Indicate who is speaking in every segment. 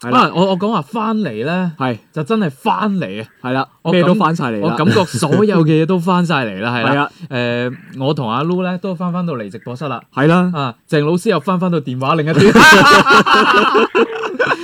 Speaker 1: 係啦
Speaker 2: 啊，我我講話翻嚟咧，
Speaker 1: 係
Speaker 2: 就真係翻嚟啊！
Speaker 1: 係啦，
Speaker 2: 我
Speaker 1: 咩都
Speaker 2: 感
Speaker 1: 翻晒嚟
Speaker 2: 我
Speaker 1: 啦。
Speaker 2: 感覺所有嘅嘢都翻晒嚟啦，係
Speaker 1: 哦係
Speaker 2: 啦
Speaker 1: 啊。
Speaker 2: 誒、我同阿 Lu 咧都翻翻到嚟直播室啦。
Speaker 1: 係啦，
Speaker 2: 啊，鄭老師又翻翻到電話另一 端。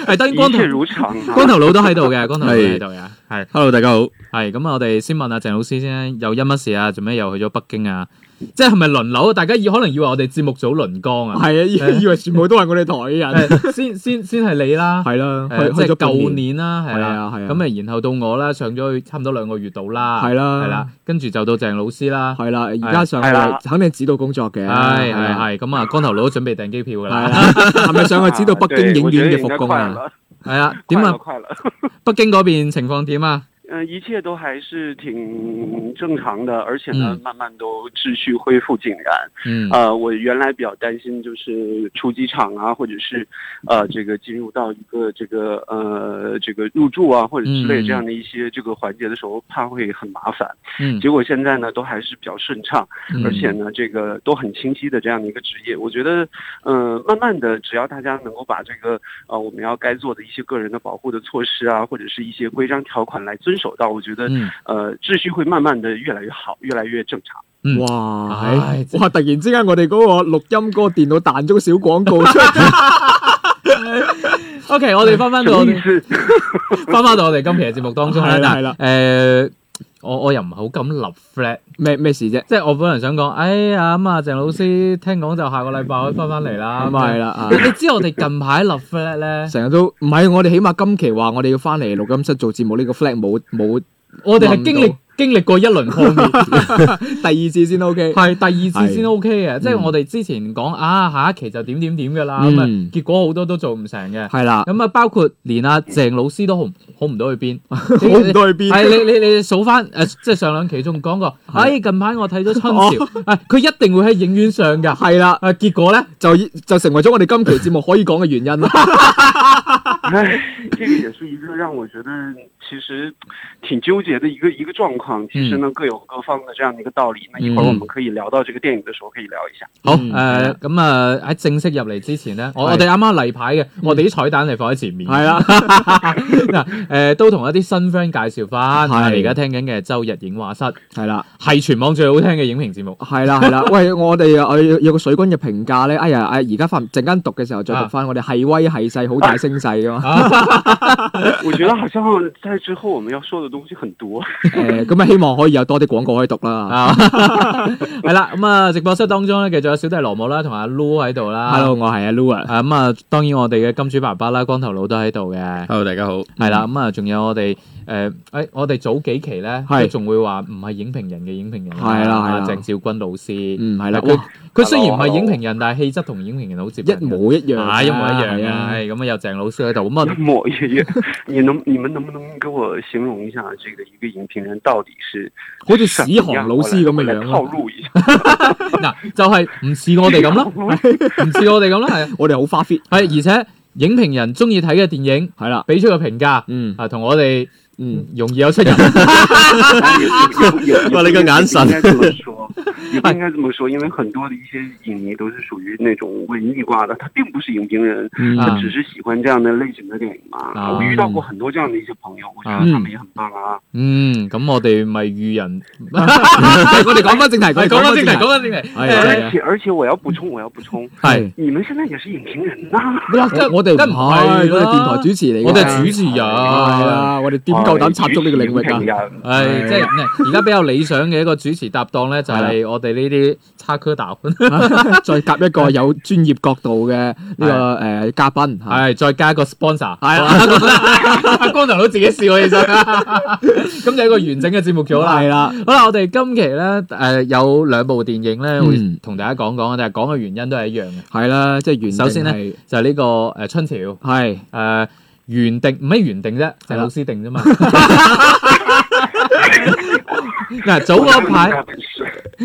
Speaker 2: 係當然光
Speaker 3: 一
Speaker 2: 頭
Speaker 3: 切如常啊！
Speaker 2: 光頭佬都喺度嘅，光頭佬都喺度嘅，係
Speaker 1: Hello，大家好。
Speaker 2: 係咁，我哋先問下鄭老師先，又因乜事啊？做咩又去咗北京啊？即係咪輪流？大家以可能以為我哋節目組輪崗啊？
Speaker 1: 係啊，以以為全部都係我哋台嘅人。
Speaker 2: 誒先先先係你啦，
Speaker 1: 係啦，
Speaker 2: 誒
Speaker 1: 去
Speaker 2: 呃即
Speaker 1: 去
Speaker 2: 係
Speaker 1: 咗半
Speaker 2: 舊。年啦，係
Speaker 1: 係
Speaker 2: 啦
Speaker 1: 啊，係啊啊
Speaker 2: 咁誒，然後到我啦，上咗去差唔多兩個月度啦，
Speaker 1: 係啦
Speaker 2: 係啦，跟住就到鄭老師啦，
Speaker 1: 係啊啦，而家上
Speaker 3: 係啦
Speaker 1: 去肯定指導工作嘅。
Speaker 2: 係係。係，咁啊，光頭佬都準備訂機票㗎
Speaker 1: 係
Speaker 2: 啦，
Speaker 1: 啊 啦，係咪上去指導北京影院嘅
Speaker 3: 啊
Speaker 1: 復工啊？？
Speaker 2: 係啊，
Speaker 3: 對
Speaker 2: 點
Speaker 3: 我覺得應該
Speaker 2: 啊？
Speaker 3: 快了快了，快了
Speaker 2: 北京嗰邊情況點啊？
Speaker 3: 嗯，一切都还是挺正常的，而且呢
Speaker 2: 嗯，
Speaker 3: 慢慢都秩序恢复井然。
Speaker 2: 嗯，
Speaker 3: 呃，我原来比较担心就是出机场啊，或者是呃这个进入到一个这个呃这个入住啊，或者之类
Speaker 2: 嗯
Speaker 3: 这样的一些这个环节的时候，怕会很麻烦。
Speaker 2: 嗯，
Speaker 3: 结果现在呢，都还是比较顺畅。
Speaker 2: 嗯
Speaker 3: 而且呢，这个都很清晰的这样的一个职业，我觉得，呃，慢慢的，只要大家能够把这个呃我们要该做的一些个人的保护的措施啊，或者是一些规章条款来遵守到，我觉得
Speaker 2: 嗯
Speaker 3: 呃秩序会慢慢的越来越好，越来越正常。
Speaker 2: 嗯
Speaker 1: 哇！
Speaker 2: 唉
Speaker 1: 係哇！突然之間，我哋嗰個錄音嗰個電腦彈咗個小廣告出 嚟，
Speaker 2: ，OK，我哋
Speaker 1: 啊
Speaker 2: 翻翻到我哋
Speaker 3: 思？
Speaker 2: 翻翻到我哋今期嘅節目當中啦，
Speaker 1: 係啦
Speaker 2: 嗱
Speaker 1: 係啦
Speaker 2: 誒，我我又唔係好敢立 flag。
Speaker 1: 咩咩事啫？
Speaker 2: 即係我本來想講，哎呀咁啊，鄭老師聽講就下個禮拜可以翻翻嚟啦。
Speaker 1: 咁係啦啊
Speaker 2: 你你知我哋近排立 flag 咧，
Speaker 1: 成日都唔係我哋，起碼今期話我哋要翻嚟錄音室做節目呢個 flag 冇冇
Speaker 2: 我哋係經歷經歷過一輪破 滅，
Speaker 1: 第二次先 OK。
Speaker 2: 係第二次先
Speaker 1: 係
Speaker 2: OK 嘅。即係
Speaker 1: 嗯
Speaker 2: 我哋之前講啊，下一期就點點點㗎啦，咁啊
Speaker 1: 嗯
Speaker 2: 結果好多都做唔成嘅。
Speaker 1: 係啦，
Speaker 2: 咁啊，包括連阿鄭老師都好唔好唔到去 邊，好
Speaker 1: 好唔到去邊
Speaker 2: 係你你你數翻誒，即係上兩期仲講過，哎近排我睇咗春
Speaker 1: 哦
Speaker 2: 潮，哎佢一定會喺影院上㗎。
Speaker 1: 係啦。
Speaker 2: 啊結果咧，
Speaker 1: 就就成為咗我哋今期節目可以講嘅原因啦。
Speaker 3: 唉，哎这个也是一个让我觉得其实挺纠结的一个一个状况。其
Speaker 2: 嗯
Speaker 3: 实呢，各有各方的这样的一个道理。那一会儿我们可以聊到这个电影的时候，可以聊一下。
Speaker 2: 好
Speaker 1: 嗯係
Speaker 2: 誒
Speaker 1: 啊
Speaker 2: 咁啊喺正式入嚟之前咧，我
Speaker 1: 係
Speaker 2: 我哋啱啱例牌嘅，我哋啲彩蛋係放喺前面。
Speaker 1: 係啊啦，
Speaker 2: 嗱誒，都同一啲新 friend 介紹翻，
Speaker 1: 係
Speaker 2: 我哋而家聽緊嘅周日影畫室
Speaker 1: 係啦，
Speaker 2: 係全網最好聽嘅影評節目。
Speaker 1: 係啦，係啦。喂，我哋呃我有有個水軍嘅評價咧，哎呀，哎而家翻陣間讀嘅時候
Speaker 2: 啊
Speaker 1: 再讀翻，我哋係威係勢，好大聲勢噶嘛。
Speaker 3: 我觉得好像在之后我们要说的东西很多。
Speaker 1: 誒，咁啊，希望可以有多啲廣告可以讀啦。
Speaker 2: 啊，係啦，咁啊，直播室當中咧，繼續有小弟羅姆啦，同阿 Lu 喺度啦。
Speaker 1: Hello，我係阿 Lua。
Speaker 2: 啊咁啊，當然我哋嘅金主爸爸啦，光頭佬都喺度嘅。
Speaker 4: Hello，大家好。
Speaker 2: 係啦，咁啊，仲有我哋誒，誒，我哋早幾期咧，
Speaker 1: 係
Speaker 2: 都仲會話唔係影評人嘅影評人啦，
Speaker 1: 係啦係啦
Speaker 2: 鄭少君老師，
Speaker 1: 嗯係啦
Speaker 2: 佢
Speaker 1: 哇
Speaker 2: 佢雖然唔係
Speaker 3: Hello，hello
Speaker 2: 影評人，但係氣質同影評人好接
Speaker 1: 一
Speaker 2: 近嘅，
Speaker 1: 模一樣
Speaker 2: 啊，一模一樣
Speaker 1: 係
Speaker 2: 嘅，
Speaker 1: 啊
Speaker 2: 係咁啊，有鄭老師喺度，咁啊，
Speaker 3: 某爷爷，你能你们能不能给我形容一下这个一个影评人到底是
Speaker 1: 好似史
Speaker 3: 什
Speaker 1: 航
Speaker 3: 么样
Speaker 1: 老
Speaker 3: 我
Speaker 1: 師
Speaker 3: 来
Speaker 1: 咁
Speaker 3: 我
Speaker 1: 嘅
Speaker 3: 来
Speaker 1: 樣
Speaker 3: 套
Speaker 1: 啊！
Speaker 3: 路一下。
Speaker 2: 嗱，就係唔似我哋咁 咯，唔似我哋咁咯，係
Speaker 1: 我哋好花 fit。
Speaker 2: 係，而且影評人中意睇嘅電影，
Speaker 1: 係啦，
Speaker 2: 俾出個評價，
Speaker 1: 嗯
Speaker 2: 啊，同我哋
Speaker 1: 嗯，
Speaker 2: 容易有出入，
Speaker 3: 哇
Speaker 4: 哇那个男神
Speaker 3: 应该这么说，也不应该这么说，因为很多的一些影迷都是属于那种文艺挂的，他并不是影评人，
Speaker 1: 嗯
Speaker 3: 他
Speaker 2: 啊
Speaker 3: 只是喜欢这样的类型的电影
Speaker 2: 啊
Speaker 3: 嘛。我遇到过很多这样的一些朋友，我觉得他们也很棒啊。
Speaker 2: 嗯，咁我哋咪遇人，
Speaker 1: 我哋講翻正題，我
Speaker 2: 講
Speaker 1: 哋
Speaker 2: 翻正題，
Speaker 1: 講翻正題
Speaker 2: 講。翻正題，哎誒
Speaker 1: 係係
Speaker 3: 而且而且我要补充，我要补充，
Speaker 2: 係
Speaker 3: 你们现在也是影评人呐、
Speaker 1: 哇我我哋唔
Speaker 2: 梗唔係
Speaker 1: 係，
Speaker 2: 啦
Speaker 1: 我哋電台主持嚟㗎。
Speaker 2: 我哋係主持人
Speaker 1: 係啊，我哋點夠膽插足呢個領
Speaker 3: 哎影評
Speaker 1: 域啊？
Speaker 3: 人
Speaker 2: 係，即係而家比較理想嘅一個主持搭檔咧，就係我哋呢啲叉科豆，
Speaker 1: 再夾一個有專業角度嘅呢個誒嘉賓嚇。
Speaker 2: 係哎再加一個 sponsor，
Speaker 1: 係
Speaker 2: 阿光頭佬自己笑起身， 咁就一個完整嘅節目咗
Speaker 1: 係
Speaker 2: 啦。
Speaker 1: 啦，
Speaker 2: 好啦，我哋今期咧誒有兩部電影咧
Speaker 1: 嗯
Speaker 2: 會同大家講講，但係講嘅原因都係一樣嘅，
Speaker 1: 係啦，即係原定係
Speaker 2: 首先呢，就係呢個誒春潮
Speaker 1: 係
Speaker 2: 誒 原定唔係原定啫，鄭老師定啫嘛。嗱，早嗰 排。
Speaker 3: 大本事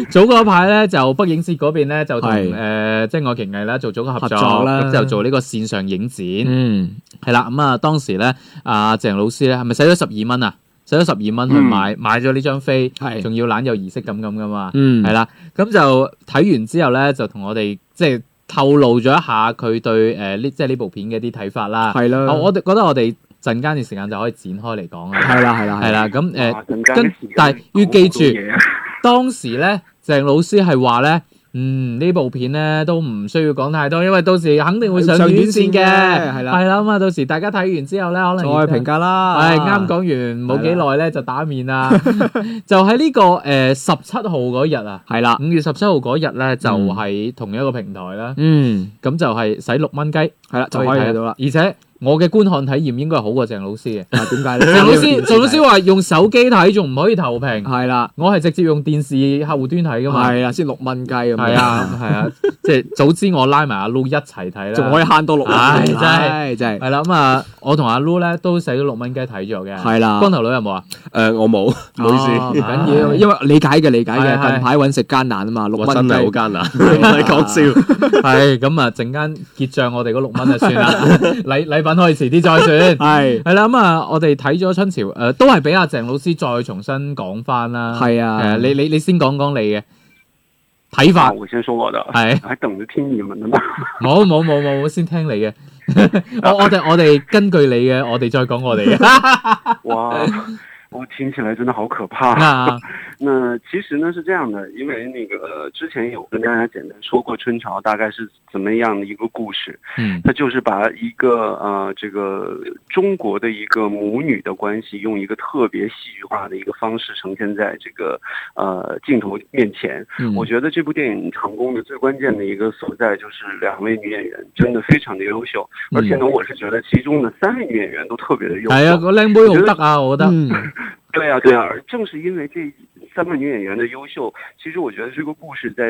Speaker 2: 早嗰排咧就北影節嗰邊咧就同
Speaker 1: 係
Speaker 2: 誒即係愛奇藝啦做咗個合作，
Speaker 1: 合作啦
Speaker 2: 咁就做呢個線上影展，
Speaker 1: 嗯，
Speaker 2: 係啦。咁啊當時咧阿鄭老師咧係咪使咗十二蚊啊？使咗十二蚊去買、買咗呢張飛，
Speaker 1: 係
Speaker 2: 仲要懶有儀式感咁噶嘛，
Speaker 1: 嗯
Speaker 2: 係啦、咁就睇完之後咧就同我哋即係透露咗一下佢對誒呃呢、即係呢部片嘅啲睇法啦。
Speaker 1: 係啊啦
Speaker 2: 我我哋覺得我哋陣間嘅時間就可以展開嚟講啦。
Speaker 1: 係啦，係啦，啊
Speaker 2: 係
Speaker 1: 係啦，
Speaker 2: 啦，咁誒。
Speaker 3: 哇陣
Speaker 2: 呃
Speaker 3: 間
Speaker 2: 跟
Speaker 3: 啲時間
Speaker 2: 但係要記住
Speaker 3: 好多嘢啊
Speaker 2: 當時咧，鄭老師係話咧，嗯呢部片咧都唔需要講太多，因為到時肯定會上
Speaker 1: 上
Speaker 2: 院
Speaker 1: 院
Speaker 2: 線
Speaker 1: 線
Speaker 2: 嘅，
Speaker 1: 嘅
Speaker 2: 係啦，
Speaker 1: 係啦
Speaker 2: 係啦咁啊，到時大家睇完之後咧，可
Speaker 1: 再
Speaker 2: 能
Speaker 1: 評價啦。
Speaker 2: 係啱講完冇幾耐咧就打面 啦，就喺呢、個誒十七號嗰日啊，
Speaker 1: 係啦，
Speaker 2: 五月十七號嗰日咧就喺同一個平台啦，
Speaker 1: 嗯，
Speaker 2: 咁、就係使六蚊雞
Speaker 1: 係啦，就可以睇到啦。。
Speaker 2: 而且我嘅觀看體驗應該係好過鄭老師嘅
Speaker 1: 啊點解咧？
Speaker 2: 鄭 老師，鄭老師話用手機睇仲唔可以投屏，
Speaker 1: 係啦，
Speaker 2: 我係直接用電視客戶端睇噶嘛。
Speaker 1: 係啦，先六蚊雞咁。
Speaker 2: 係啊，，係啊，即係早知我拉埋阿 Lu 一齊睇啦，
Speaker 1: 仲可以慳多六蚊。
Speaker 2: 唉真係
Speaker 1: 唉真係
Speaker 2: 係啦。咁啊，我同阿 Lu 咧都使咗六蚊雞睇咗嘅。
Speaker 1: 係啦
Speaker 2: 光頭佬有冇啊？
Speaker 5: 誒，我冇，唔好意
Speaker 1: 哦
Speaker 5: 思
Speaker 1: 呃唔，緊要，因為理解嘅理解
Speaker 2: 係係
Speaker 1: 嘅，近排揾食艱難啊嘛，六
Speaker 5: 我
Speaker 1: 蚊
Speaker 5: 真
Speaker 1: 雞
Speaker 5: 係好艱 難，唔係講 笑。
Speaker 2: 係咁啊，陣間結帳我哋嗰六蚊就算 啦，禮禮品可以遲啲再算。
Speaker 1: 係
Speaker 2: 係啦，咁啊，我哋睇咗春潮，誒都係俾阿鄭老師再重新講翻啦。
Speaker 1: 係啊
Speaker 2: 誒你你你先講講你嘅睇
Speaker 3: 啊
Speaker 2: 法，
Speaker 3: 我先说我的，
Speaker 2: 係
Speaker 3: 还等着听你们的呢。
Speaker 2: 冇冇冇冇，我先聽你嘅。 我我哋我哋根據你嘅，我哋再講我 哋嘅。
Speaker 3: 哇，我听起来真的好可怕。
Speaker 2: 啊，
Speaker 3: 那其实呢是这样的，因为那个呃之前有跟大家简单说过春潮大概是怎么样的一个故事，
Speaker 2: 嗯
Speaker 3: 它就是把一个呃这个中国的一个母女的关系，用一个特别戏剧化的一个方式呈现在这个呃镜头面前。
Speaker 1: 嗯
Speaker 3: 我觉得这部电影成功的最关键的一个所在就是两位女演员真的非常的优秀，而且呢，我是觉得其中的三位女演员都特别的优秀。
Speaker 2: 係啊，個靚妹好得啊，我覺得。
Speaker 1: 嗯
Speaker 3: 对啊，对啊，而正是因为这三位女演员的优秀，其实我觉得这个故事在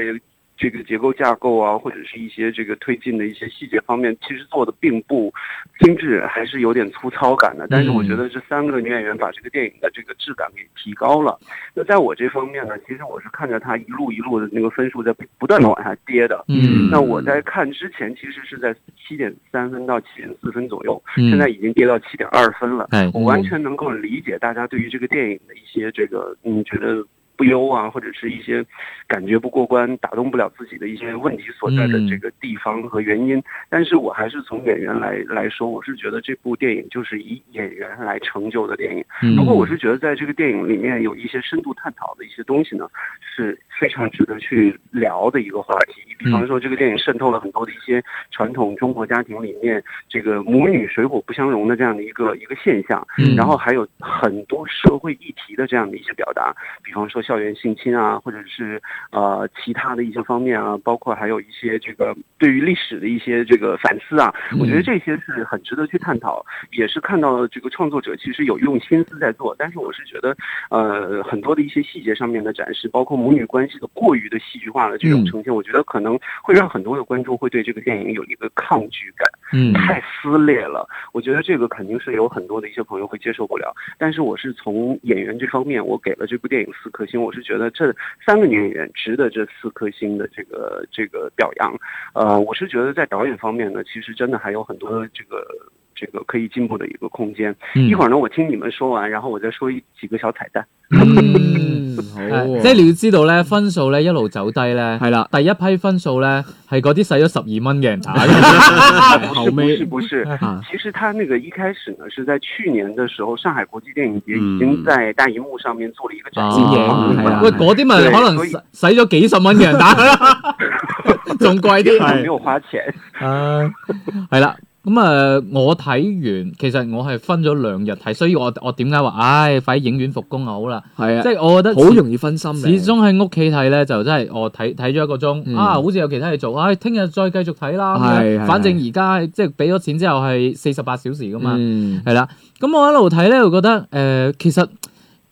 Speaker 3: 这个结构架构啊，或者是一些这个推进的一些细节方面，其实做的并不精致，还是有点粗糙感的。但是我觉
Speaker 2: 嗯
Speaker 3: 得这三个女演员把这个电影的这个质感给提高了。那在我这方面呢，其实我是看着她一路一路的那个分数在不断的往下跌的。
Speaker 2: 嗯
Speaker 3: 那我在看之前，其实是在七点三分到七点四分左右，
Speaker 2: 嗯
Speaker 3: 现在已经跌到七点二分了。
Speaker 2: 係
Speaker 3: 我完全能够理解大家对于这个电影的一些这个你觉得不优啊，或者是一些感觉不过关、打动不了自己的一些问题所在的
Speaker 2: 嗯
Speaker 3: 这个地方和原因。但是我还是从演员来来说，我是觉得这部电影就是以演员来成就的电影。
Speaker 2: 嗯
Speaker 3: 不过我是觉得在这个电影里面有一些深度探讨的一些东西呢，是非常值得去聊的一个话题。比
Speaker 2: 嗯
Speaker 3: 方说，这个电影渗透了很多的一些传统中国家庭里面这个母女水火不相容的这样的一个一个现象，
Speaker 2: 嗯
Speaker 3: 然后还有很多社会议题的这样的一些表达，比方说校园性侵啊，或者是呃其他的一些方面啊，包括还有一些这个对于历史的一些这个反思啊，我觉得这些是很值得去探讨，也是看到了这个创作者其实有用心思在做，但是我是觉得，呃，很多的一些细节上面的展示，包括母女关系的过于的戏剧化的这种呈现，我觉得可能会让很多的观众会对这个电影有一个抗拒感，
Speaker 2: 嗯
Speaker 3: 太撕裂了。我觉得这个肯定是有很多的一些朋友会接受不了。但是我是从演员这方面，我给了这部电影四颗星，我是觉得这三个女演员值得这四颗星的这个这个表扬。呃，我是觉得在导演方面呢，其实真的还有很多的这个这个可以进步的一个空间。
Speaker 2: 嗯
Speaker 3: 一会儿呢，我听你们说完，然后我再说一几个小彩蛋。
Speaker 2: 嗯
Speaker 1: 嗯，好
Speaker 2: 係
Speaker 1: 喎，
Speaker 2: 即係你要知道咧，分數咧一路走低咧，
Speaker 1: 係啦，
Speaker 2: 第一批分數咧係嗰啲使咗十二蚊嘅人打嘅，
Speaker 1: 後
Speaker 3: 不是
Speaker 1: 尾
Speaker 3: 不是，
Speaker 2: 嗯
Speaker 1: 啊，
Speaker 3: 其实他那个一开始呢，是在去年的时候，上海国际电影节已
Speaker 5: 嗯
Speaker 3: 经在大荧幕上面做了一个展
Speaker 2: 啊
Speaker 3: 示。
Speaker 1: 影係啊
Speaker 2: 喂，嗰啲咪
Speaker 3: 對
Speaker 2: 可能
Speaker 3: 所以
Speaker 2: 使使咗幾十蚊嘅 人打啦，仲貴
Speaker 3: 因
Speaker 2: 啲
Speaker 3: 为他没有花钱，
Speaker 2: 係，係啦。咁啊、呃我睇完，其實我係分咗兩日睇，所以我我點解話，唉，快啲影院復工就好啦。
Speaker 1: 係啊
Speaker 2: 即，係我覺得
Speaker 1: 好容易分心嘅
Speaker 2: 始終喺屋企睇咧，就真係我睇睇咗一個鐘、
Speaker 1: 嗯
Speaker 2: 啊，好似有其他嘢做，唉、聽日再繼續睇啦。咁
Speaker 1: 係
Speaker 2: 樣
Speaker 1: 係
Speaker 2: 反正而家係即係俾咗錢之後係四十八小時噶嘛，
Speaker 1: 嗯
Speaker 2: 係啦、咁我一路睇咧，又覺得誒、呃其實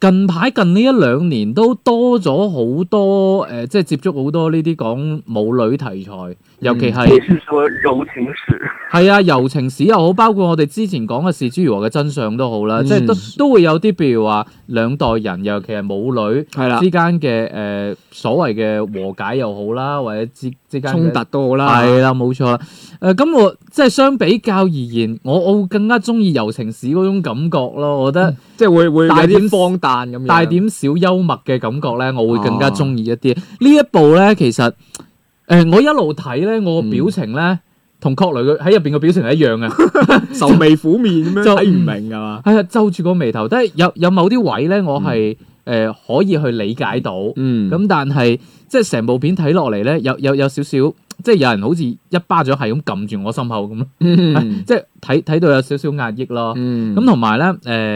Speaker 2: 近排近呢一兩年都多咗好多誒、呃即係接觸好多呢啲講母女題材，尤
Speaker 1: 嗯
Speaker 2: 其係
Speaker 3: 也是说柔情史，
Speaker 2: 係啊，柔情史又好，包括我哋之前講嘅《是諸如和嘅真相》都好啦，
Speaker 1: 嗯
Speaker 2: 即係都都會有啲譬如話兩代人，尤其係母女
Speaker 1: 係啦，
Speaker 2: 之間嘅誒、呃所謂嘅和解又好啦，或者之之間嘅
Speaker 1: 衝突都好啦，
Speaker 2: 係啦，冇錯啦。誒、咁我即係相比較而言，我我會更加中意柔情史嗰種感覺咯。我覺得
Speaker 1: 即係會會有
Speaker 2: 大點
Speaker 1: 啲荒誕咁樣，
Speaker 2: 帶點小幽默嘅感覺咧，我會更加中意一啲。呢一部咧，其實誒、我一路睇咧，我個表情咧同確雷嘅喺入邊嘅表情係一樣嘅。
Speaker 1: 愁眉苦面咁樣
Speaker 2: 就
Speaker 1: 睇唔明係嘛？
Speaker 2: 係啊，皺住個眉頭，但係有有某啲位咧，我係誒、呃可以去理解到。咁、
Speaker 1: 嗯
Speaker 2: 但係即係成部片睇落嚟咧，有有有少少，即係有人好似一巴掌係咁撳住我心口咁咯，
Speaker 1: 嗯
Speaker 2: 啊即係睇睇到有少少壓抑咯。
Speaker 1: 嗯
Speaker 2: 咁同埋咧，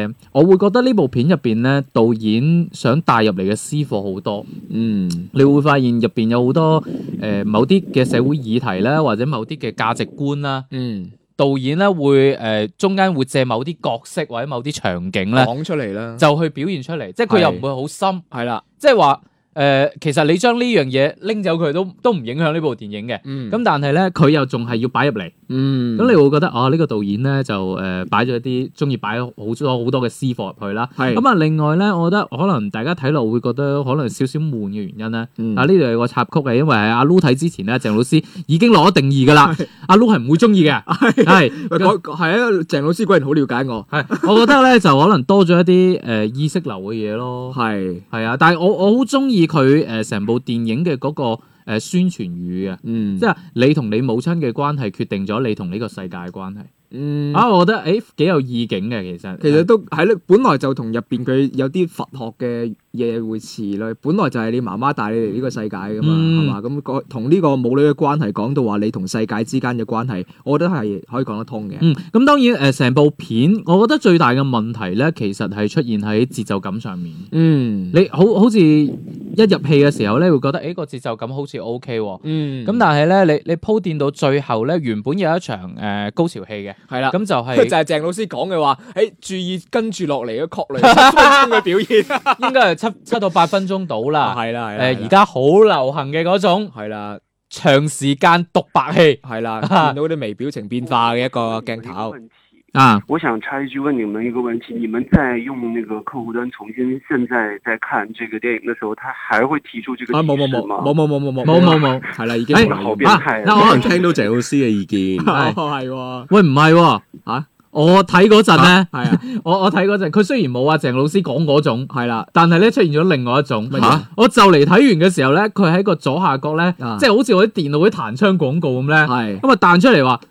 Speaker 2: 誒、我會覺得呢部片入邊咧，導演想帶入嚟嘅私貨好多。
Speaker 1: 嗯
Speaker 2: 你會發現入邊有好多誒、呃某啲嘅社會議題啦，或者某啲嘅價值觀啦，
Speaker 1: 嗯
Speaker 2: 導演咧會誒、呃中間會借某啲角色或者某啲場景咧。
Speaker 1: 講出嚟啦，
Speaker 2: 就去表現出嚟，即係佢
Speaker 1: 哦係
Speaker 2: 又唔會好深，
Speaker 1: 係啦，
Speaker 2: 即係話誒，其實你將呢樣嘢拎走佢都都唔影響呢部電影嘅。
Speaker 1: 嗯
Speaker 2: 咁但係咧，佢又仲係要擺入嚟，咁、
Speaker 1: 嗯
Speaker 2: 你會覺得啊，呢、個導演咧就誒擺咗一啲中意擺好多好多嘅私貨入去啦。
Speaker 1: 係
Speaker 2: 咁啊，另外咧，我覺得可能大家睇落會覺得可能少少悶嘅原因咧，
Speaker 1: 嗯
Speaker 2: 啊呢度有個插曲係因為阿 Lu 睇之前咧，鄭老師已經攞咗定義㗎啦，阿 Lu 係唔會中意 嘅，係
Speaker 1: 喂講講係啊，鄭老師果然好了解我，
Speaker 2: 係，我覺得咧就可能多咗一啲誒、呃意識流嘅嘢咯。
Speaker 1: 係
Speaker 2: 係啊，但係我我好中意佢誒成部電影嘅嗰、個、呃、宣傳語嘅，
Speaker 1: 嗯
Speaker 2: 即係你同你母親嘅關係決定咗你同呢個世界嘅關係。
Speaker 1: 嗯。
Speaker 2: 啊，我覺得誒幾有意境嘅其實。
Speaker 1: 其實都係咯，本來就同入邊佢有啲佛學嘅嘢會似咯。本來就係你媽媽帶你嚟呢個世界噶嘛，
Speaker 2: 嗯
Speaker 1: 係嘛、咁個同呢個母女嘅關係講到話你同世界之間嘅關係，我覺得係可以講得通嘅。
Speaker 2: 嗯，咁當然誒成、部片，我覺得最大嘅問題咧，其實係出現喺節奏感上面。
Speaker 1: 嗯，
Speaker 2: 你好好似一入戲嘅時候咧，會覺得誒、個節奏感好似 O K 喎。
Speaker 1: 嗯
Speaker 2: 咁但係咧，你你鋪墊到最後咧，原本有一場誒、呃高潮戲嘅，
Speaker 1: 係啦，
Speaker 2: 咁就 係、
Speaker 1: 係鄭老師講嘅話，誒注意跟住落嚟嘅確率 嘅表現，
Speaker 2: 應該係 七七到八分鐘到啦。
Speaker 1: 啊係啦係啦，
Speaker 2: 誒而家好流行嘅嗰種
Speaker 1: 係啦
Speaker 2: 長時間獨白戲
Speaker 1: 係啦，見到啲微表情變化嘅一個鏡頭。
Speaker 3: 问题。
Speaker 2: 啊，
Speaker 3: 我想插一句，问你们一个问题：你们在用那个客户端重新现在在看这个电影的时候，他还会提出这个
Speaker 1: 啊冇
Speaker 3: 提
Speaker 1: 冇
Speaker 3: 示
Speaker 1: 冇
Speaker 3: 吗？
Speaker 1: 冇冇冇冇冇
Speaker 2: 冇冇冇，
Speaker 1: 係啦已經
Speaker 2: 哎
Speaker 1: 冇啦
Speaker 3: 好
Speaker 1: 已經
Speaker 3: 變態啊
Speaker 2: 啊嗱
Speaker 5: 可
Speaker 2: 我
Speaker 5: 能聽到鄭老師嘅意見，
Speaker 2: 係
Speaker 1: 哦 係喎
Speaker 2: 喂唔係喎啊
Speaker 1: 嚇
Speaker 2: 我睇嗰陣咧，
Speaker 1: 係啊
Speaker 2: 我我睇嗰陣，佢雖然冇阿鄭老師講嗰種，
Speaker 1: 係啦。
Speaker 2: 但係咧出現咗另外一種。
Speaker 1: 乜嘢
Speaker 2: 嚇我就嚟睇完嘅時候咧，佢喺個左下角咧，
Speaker 1: 啊
Speaker 2: 即係好似我啲電腦啲彈窗廣告咁咧，
Speaker 1: 係
Speaker 2: 咁啊彈出嚟話：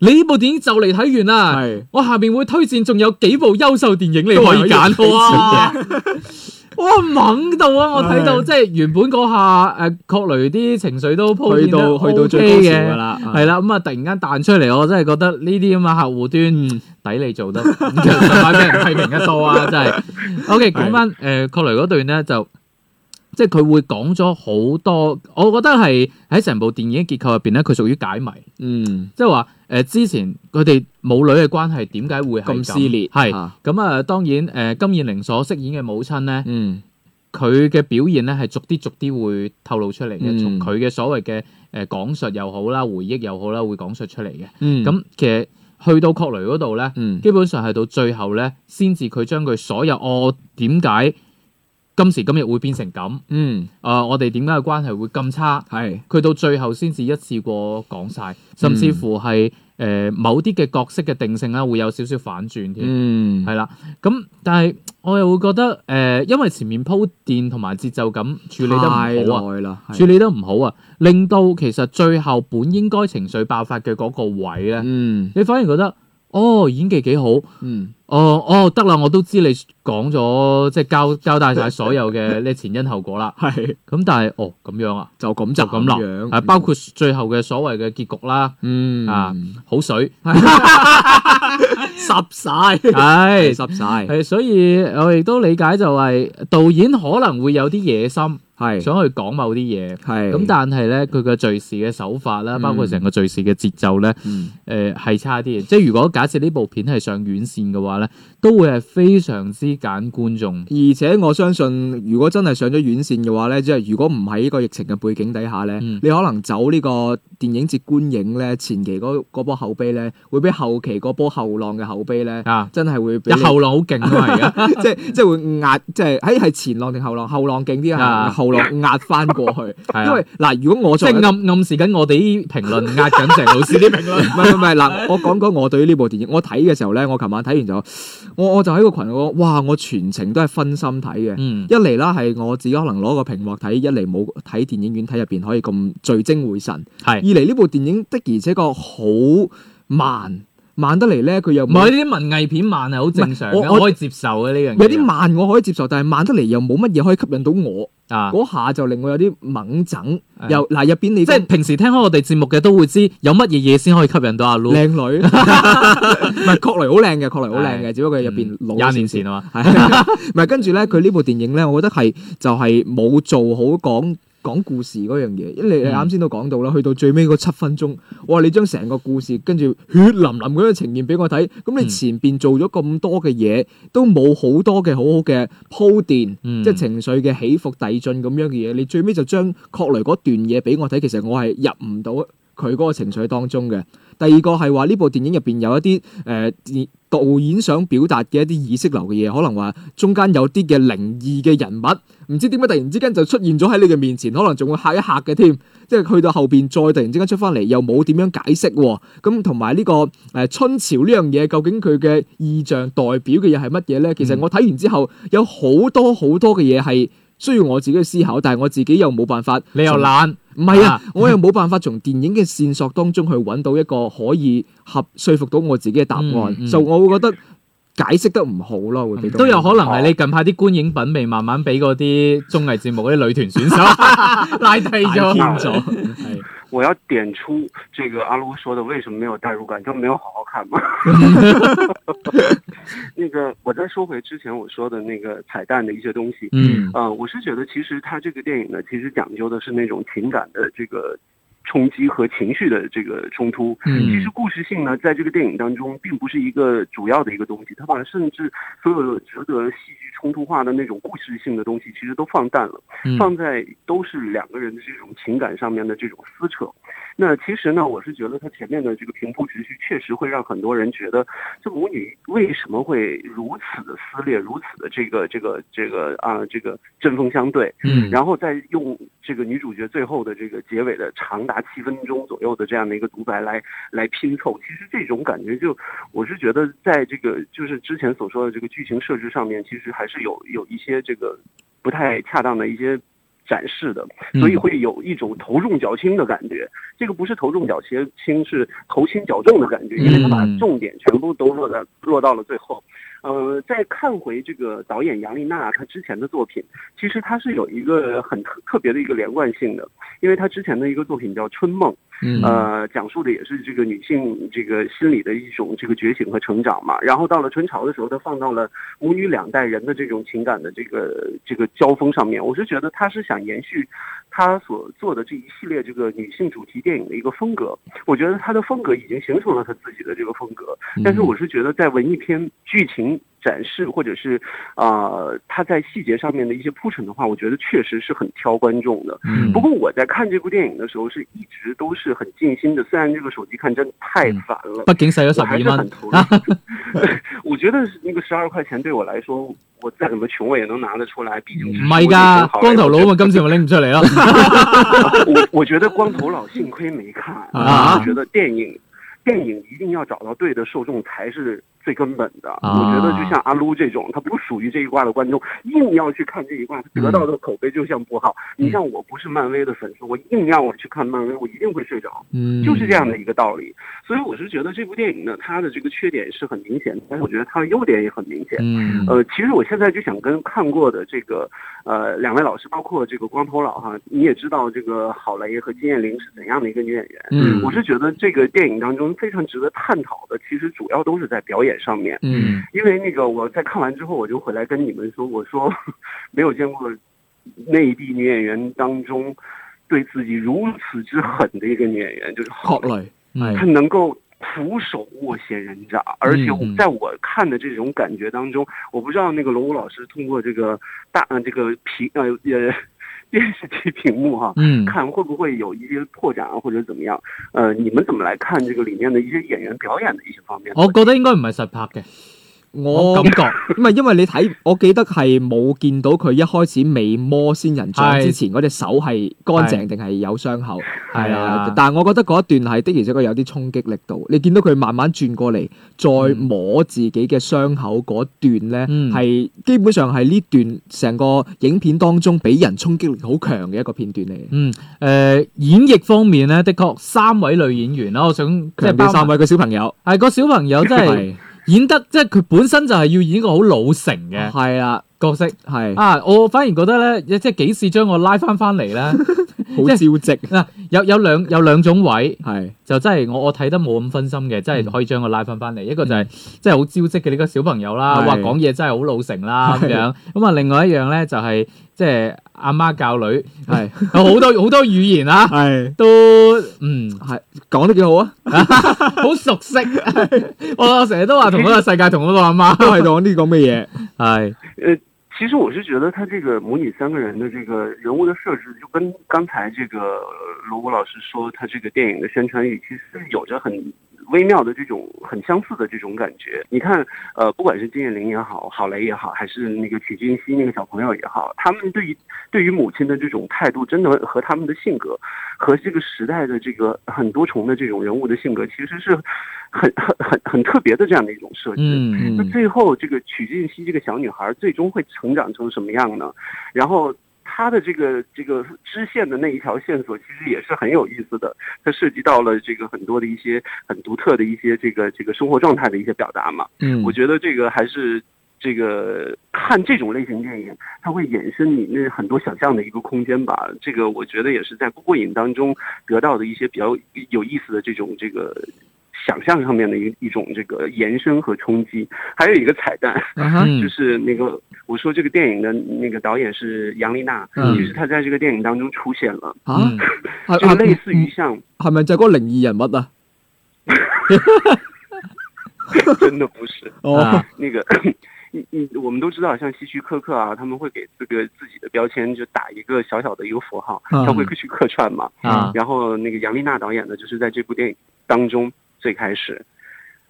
Speaker 2: 你呢部電影就嚟睇完啦，
Speaker 1: 係
Speaker 2: 我下面會推薦仲有幾部優秀電影你
Speaker 1: 都
Speaker 2: 可
Speaker 1: 係
Speaker 2: 以
Speaker 1: 可以
Speaker 2: 揀
Speaker 1: 推 薦
Speaker 2: 哇 哇懵到啊！我睇到
Speaker 1: 係
Speaker 2: 即係原本嗰下誒確雷啲情緒都鋪
Speaker 1: 去
Speaker 2: 墊得
Speaker 1: 到去到
Speaker 2: OK
Speaker 1: 最高潮
Speaker 2: 嘅
Speaker 1: 㗎啦，
Speaker 2: 係啦，咁啊突然間彈出嚟，我真係覺得呢啲咁嘅客戶端抵你做 得，快俾人批評得多啊！真係。OK，講翻誒確雷嗰段咧，就即係佢會講咗好多，我覺得係喺成部電影結構入邊咧，佢屬於解謎，
Speaker 1: 嗯
Speaker 2: 即係話誒之前佢哋母女嘅關係點解會係
Speaker 1: 咁撕裂
Speaker 2: 係
Speaker 1: 啊
Speaker 2: 咁啊，當然誒、金燕玲所飾演嘅母親咧。
Speaker 1: 嗯
Speaker 2: 佢嘅表現咧係逐啲逐啲會透露出嚟嘅，
Speaker 1: 嗯
Speaker 2: 從佢嘅所謂嘅誒講述又好啦、回憶又好啦，會講述出嚟嘅。
Speaker 1: 嗯
Speaker 2: 咁、其實去到確雷嗰度咧，
Speaker 1: 嗯
Speaker 2: 基本上係到最後咧，先至佢將佢所有哦點解今時今日會變成咁？
Speaker 1: 嗯
Speaker 2: 啊、我哋點解嘅關係會咁差？
Speaker 1: 係
Speaker 2: 佢到最後先至一次過講
Speaker 1: 嗯
Speaker 2: 晒，甚至乎係誒、呃某啲嘅角色嘅定性啦，會有少少反轉添。
Speaker 1: 嗯
Speaker 2: 係啦，咁但係我又會覺得誒、呃因為前面鋪墊同埋節奏感處理得
Speaker 1: 太
Speaker 2: 唔好啊，
Speaker 1: 耐啦，係
Speaker 2: 處理得唔好啊，令到其實最後本應該情緒爆發嘅嗰個位咧，
Speaker 1: 嗯
Speaker 2: 你反而覺得哦演技幾好，
Speaker 1: 嗯
Speaker 2: 哦哦得啦，我都知你講咗即係交交代晒所有嘅 呢前因後果啦，
Speaker 1: 係
Speaker 2: 咁但係哦咁樣啊，
Speaker 1: 就咁
Speaker 2: 就咁
Speaker 1: 樣
Speaker 2: 啦，啊包括最後嘅所謂嘅結局啦，
Speaker 1: 嗯
Speaker 2: 啊好 水，
Speaker 1: 濕晒
Speaker 2: 係
Speaker 1: 濕晒
Speaker 2: 係，所以我亦都理解就係導演可能會有啲野心，
Speaker 1: 係
Speaker 2: 想去講某啲嘢。
Speaker 1: 係
Speaker 2: 咁但係咧，佢嘅敘事嘅手法啦，
Speaker 1: 嗯
Speaker 2: 包括成個敘事嘅節奏咧，誒、
Speaker 1: 嗯
Speaker 2: 係差啲嘅。即係如果假設呢部片係上院線嘅話咧，都會係非常之揀觀眾。
Speaker 1: 而且我相信，如果真係上咗院線嘅話咧，即係如果唔喺呢個疫情嘅背景底下咧，
Speaker 2: 嗯
Speaker 1: 你可能走呢個電影節觀影咧，前期嗰嗰波口碑咧，會比後期嗰波後浪嘅口碑咧，
Speaker 2: 啊，
Speaker 1: 真係會比
Speaker 2: 一
Speaker 1: 你
Speaker 2: 後浪好勁啊！而家
Speaker 1: 即係即係會壓，即係哎喺係前浪定後浪？後浪勁啲
Speaker 2: 啊
Speaker 1: 啊， 後浪壓翻過去。
Speaker 2: 係
Speaker 1: 因
Speaker 2: 啊
Speaker 1: 為嗱，如果我
Speaker 2: 即
Speaker 1: 作為一個
Speaker 2: 係暗暗示緊我哋啲評論壓緊鄭老師啲評論。
Speaker 1: 唔係唔係唔係嗱，我講講我對於呢部電影，我睇嘅時候咧，我琴晚睇完就，我我就喺個群度講，哇！我全程都係分心睇嘅。
Speaker 2: 嗯
Speaker 1: 一嚟啦，係我自己可能攞個屏幕睇；一嚟冇睇電影院睇入邊可以咁聚精會神；二
Speaker 2: 係。
Speaker 1: 嚟呢部電影的而且確好慢，慢得嚟咧，佢又
Speaker 2: 唔
Speaker 1: 冇
Speaker 2: 係呢啲文藝片慢係好正常
Speaker 1: 唔係
Speaker 2: 嘅，
Speaker 1: 我
Speaker 2: 我
Speaker 1: 我
Speaker 2: 可以接受嘅呢樣嘢。
Speaker 1: 有啲慢我可以接受，但係慢得嚟又冇乜嘢可以吸引到我。
Speaker 2: 啊，
Speaker 1: 嗰下就令我有啲猛整，
Speaker 2: 係
Speaker 1: 又嗱入邊你
Speaker 2: 即係平時聽開我哋節目嘅都會知有乜嘢嘢先可以吸引到阿 Lu。
Speaker 1: 靚 女，唔係確雷好靚嘅，確雷好靚嘅，
Speaker 2: 係
Speaker 1: 只不過佢入邊老
Speaker 2: 廿
Speaker 1: 少
Speaker 2: 年
Speaker 1: 少
Speaker 2: 前啊嘛，
Speaker 1: 係，唔係跟住咧，佢呢部電影咧，我覺得係就係冇做好講講故事嗰樣嘢，因為你
Speaker 2: 嗯
Speaker 1: 你啱先都講到啦，去到最尾嗰七分鐘，哇！你將成個故事跟住血淋淋咁樣呈現俾我睇，咁
Speaker 2: 嗯
Speaker 1: 你前邊做咗咁多嘅嘢，都冇好多嘅好好嘅鋪墊，
Speaker 2: 嗯
Speaker 1: 即係情緒嘅起伏遞進咁樣嘅嘢，你最尾就將確雷嗰段嘢俾我睇，其實我係入唔到佢嗰個情緒當中嘅。第二個係話呢部電影入邊有一啲誒、呃、電導演想表達嘅一啲意識流嘅嘢，可能話中間有啲嘅靈異嘅人物，唔知點解突然之間就出現咗喺你嘅面前，可能仲會嚇一嚇嘅添。即係去到後邊再突然之間出翻嚟，又冇點樣解釋喎。咁同埋呢個誒、呃春潮呢樣嘢，究竟佢嘅意象代表嘅嘢係乜嘢咧？其實
Speaker 2: 嗯
Speaker 1: 我睇完之後，有好多好多嘅嘢係需要我自己去思考，但係我自己又冇辦法。
Speaker 2: 你又
Speaker 1: 從
Speaker 2: 懶，
Speaker 1: 唔係啊
Speaker 2: 啊，
Speaker 1: 我又冇辦法從電影嘅線索當中去揾到一個可以合說服到我自己嘅答
Speaker 2: 嗯嗯
Speaker 1: 案，就我會覺得解釋得唔好咯，會俾到
Speaker 2: 都有可能係你近排啲觀影品味慢慢俾嗰啲綜藝節目嗰啲女團選手 拉低
Speaker 1: 大
Speaker 2: 咗
Speaker 1: 偏
Speaker 3: 偏。
Speaker 1: 咗。
Speaker 3: 我要点出这个阿卢说的为什么没有代入感，就没有好好看嘛。 那个，我再说回之前我说的那个彩蛋的一些东西。
Speaker 2: 嗯
Speaker 3: 呃，我是觉得其实它这个电影呢，其实讲究的是那种情感的这个冲击和情绪的这个冲突。其
Speaker 2: 嗯
Speaker 3: 实故事性呢，在这个电影当中，并不是一个主要的一个东西，它把甚至所有值得戏剧冲突化的那种故事性的东西，其实都放淡了。
Speaker 2: 嗯
Speaker 3: 放在都是两个人的这种情感上面的这种撕扯。那其实呢，我是觉得他前面的这个平铺直叙，确实会让很多人觉得这母女为什么会如此的撕裂，如此的这个这个这个啊这个针锋相对。
Speaker 2: 嗯，
Speaker 3: 然后再用这个女主角最后的这个结尾的长达七分钟左右的这样的一个独白来来拼凑，其实这种感觉就我是觉得在这个就是之前所说的这个剧情设置上面，其实还是有有一些这个不太恰当的一些展示的，所以会有一种头重脚轻的感觉。这个不是头重脚轻，轻是头轻脚重的感觉，因为他把
Speaker 2: 嗯
Speaker 3: 重点全部都落在落到了最后。呃，再看回这个导演杨丽娜她之前的作品，其实她是有一个很特特别的一个连贯性的，因为她之前的一个作品叫《春梦》，
Speaker 2: 嗯
Speaker 3: 呃，讲述的也是这个女性这个心理的一种这个觉醒和成长嘛。然后到了春潮的时候，她放到了母女两代人的这种情感的这个这个交锋上面。我是觉得她是想延续她所做的这一系列这个女性主题电影的一个风格。我觉得她的风格已经形成了她自己的这个风格，但是我是觉得在文艺片剧情展示或者是啊，她在细节上面的一些铺陈的话，我觉得确实是很挑观众的。
Speaker 2: 嗯
Speaker 3: 不过我在看这部电影的时候，是一直都是很尽心的。虽然这个手机看真的太烦了，
Speaker 2: 畢竟使咗十
Speaker 3: 我还
Speaker 2: 二
Speaker 3: 是很
Speaker 2: 蚊，
Speaker 3: 投入。 我觉得那个十二块钱对我来说，我再怎么穷我也能拿得出来。毕竟
Speaker 2: 唔
Speaker 3: 是
Speaker 2: 係
Speaker 3: 嗯我已
Speaker 2: 㗎
Speaker 3: 經好，
Speaker 2: 光頭佬啊
Speaker 3: 我
Speaker 2: 咪今次咪拎唔出嚟咯。
Speaker 3: 我我觉得光头佬幸亏没看
Speaker 2: 啊
Speaker 3: 我觉得电影，电影一定要找到对的受众才是最根本的。
Speaker 2: 啊
Speaker 3: 我觉得就像阿撸这种，他不属于这一挂的观众，硬要去看这一挂，他得到的口碑就像不好。
Speaker 2: 嗯
Speaker 3: 你像我不是漫威的粉丝，我硬让我去看漫威，我一定会睡着，
Speaker 2: 嗯
Speaker 3: 就是这样的一个道理。所以我是觉得这部电影呢，它的这个缺点是很明显的，但是我觉得它的优点也很明显。
Speaker 2: 嗯
Speaker 3: 呃，其实我现在就想跟看过的这个呃两位老师，包括这个光头佬哈，你也知道这个郝蕾和金燕玲是怎样的一个女演员。
Speaker 2: 嗯
Speaker 3: 我是觉得这个电影当中非常值得探讨的，其实主要都是在表演上面。
Speaker 2: 嗯
Speaker 3: 因为那个我在看完之后，我就回来跟你们说，我说没有见过内地女演员当中对自己如此之狠的一个女演员，就是郝
Speaker 1: 確
Speaker 3: 蕾，
Speaker 1: 雷
Speaker 2: 係
Speaker 3: 她能够苦手握闲人掌，而且我
Speaker 2: 嗯嗯嗯
Speaker 3: 在我看的这种感觉当中，我不知道那个龙武老师通过这个大呃这个屏呃呃电视机屏幕哈、
Speaker 2: 嗯
Speaker 3: 看会不会有一些破绽啊，或者怎么样？呃，你们怎么来看这个里面的一些演员表演的一些方面？
Speaker 2: 我覺得應該唔係實拍嘅，我
Speaker 1: 我
Speaker 2: 感覺
Speaker 1: 唔係因為你睇，我記得係冇見到佢一開始未摸仙人掌之前嗰隻手係乾淨定係有傷口，
Speaker 2: 係啊，
Speaker 1: 但係我覺得嗰一段係的而且確有啲衝擊力度。你見到佢慢慢轉過嚟，再摸自己嘅傷口嗰段咧，
Speaker 2: 嗯
Speaker 1: 係、基本上係呢段成個影片當中俾人衝擊力好強嘅一個片段嚟嘅。
Speaker 2: 誒嗯呃演繹方面咧，的確三位女演員啦，我想即係
Speaker 1: 強
Speaker 2: 包
Speaker 1: 調三
Speaker 2: 位，
Speaker 1: 位嘅小朋友，
Speaker 2: 係個小朋友真係
Speaker 1: 係
Speaker 2: 演得，即係佢本身就係要演一個好老成嘅
Speaker 1: 係啦，
Speaker 2: 角色
Speaker 1: 係
Speaker 2: 啊！我反而覺得咧，即係幾次將我拉翻翻嚟咧，
Speaker 1: 好招積，
Speaker 2: 嗱有有兩有兩種位。
Speaker 1: 係
Speaker 2: 就真係我我睇得冇咁分心嘅，真係可以將佢拉翻翻嚟。一個就係即係好招積嘅呢個小朋友啦，
Speaker 1: 係
Speaker 2: 話講嘢真係好老成啦咁
Speaker 1: 係
Speaker 2: 樣。咁啊，另外一樣咧就係即係阿媽教女，
Speaker 1: 係
Speaker 2: 有好多好多語言啦，
Speaker 1: 係
Speaker 2: 都嗯
Speaker 1: 係講得幾好啊！
Speaker 2: 好熟悉。啊我我成日都話同嗰個世界同嗰個阿媽
Speaker 1: 都係講啲咁嘅嘢。
Speaker 2: 係
Speaker 3: 其实我是觉得他这个母女三个人的这个人物的设置，就跟刚才这个呃罗武老师说他这个电影的宣传语，其实是有着很微妙的这种很相似的这种感觉。你看，呃，不管是金燕玲也好，郝蕾也好，还是那个曲俊熙那个小朋友也好，他们对于对于母亲的这种态度，真的和他们的性格，和这个时代的这个很多重的这种人物的性格，其实是很很很很特别的这样的一种设置。
Speaker 2: 嗯
Speaker 3: 那
Speaker 2: 嗯
Speaker 3: 最后这个曲靖熙这个小女孩最终会成长成什么样呢？然后她的这个这个支线的那一条线索其实也是很有意思的，它涉及到了这个很多的一些很独特的一些这个这个生活状态的一些表达嘛。
Speaker 1: 嗯
Speaker 3: 我觉得这个还是这个看这种类型电影，它会衍生你那很多想象的一个空间吧。这个我觉得也是在《过瘾》当中得到的一些比较有意思的这种这个。想象上面的一一种这个延伸和冲击，还有一个彩蛋，就
Speaker 2: 嗯
Speaker 3: 是那个我说这个电影的那个导演是杨丽娜，
Speaker 1: 嗯
Speaker 3: 其实她在这个电影当中出现了，
Speaker 1: 啊，
Speaker 5: 嗯
Speaker 1: 嗯係
Speaker 3: 就类似于
Speaker 1: 係
Speaker 3: 像
Speaker 1: 係咪就係嗰個靈異人物啊？
Speaker 3: 真的不是，
Speaker 1: 哦
Speaker 2: 啊
Speaker 3: 那个，你你我们都知道，像希区柯克啊，他们会给这个自己的标签就打一个小小的一个符号，
Speaker 1: 嗯
Speaker 3: 他会去客串嘛。
Speaker 2: 啊
Speaker 3: 然后那个杨丽娜导演呢，就是在这部电影当中最开始，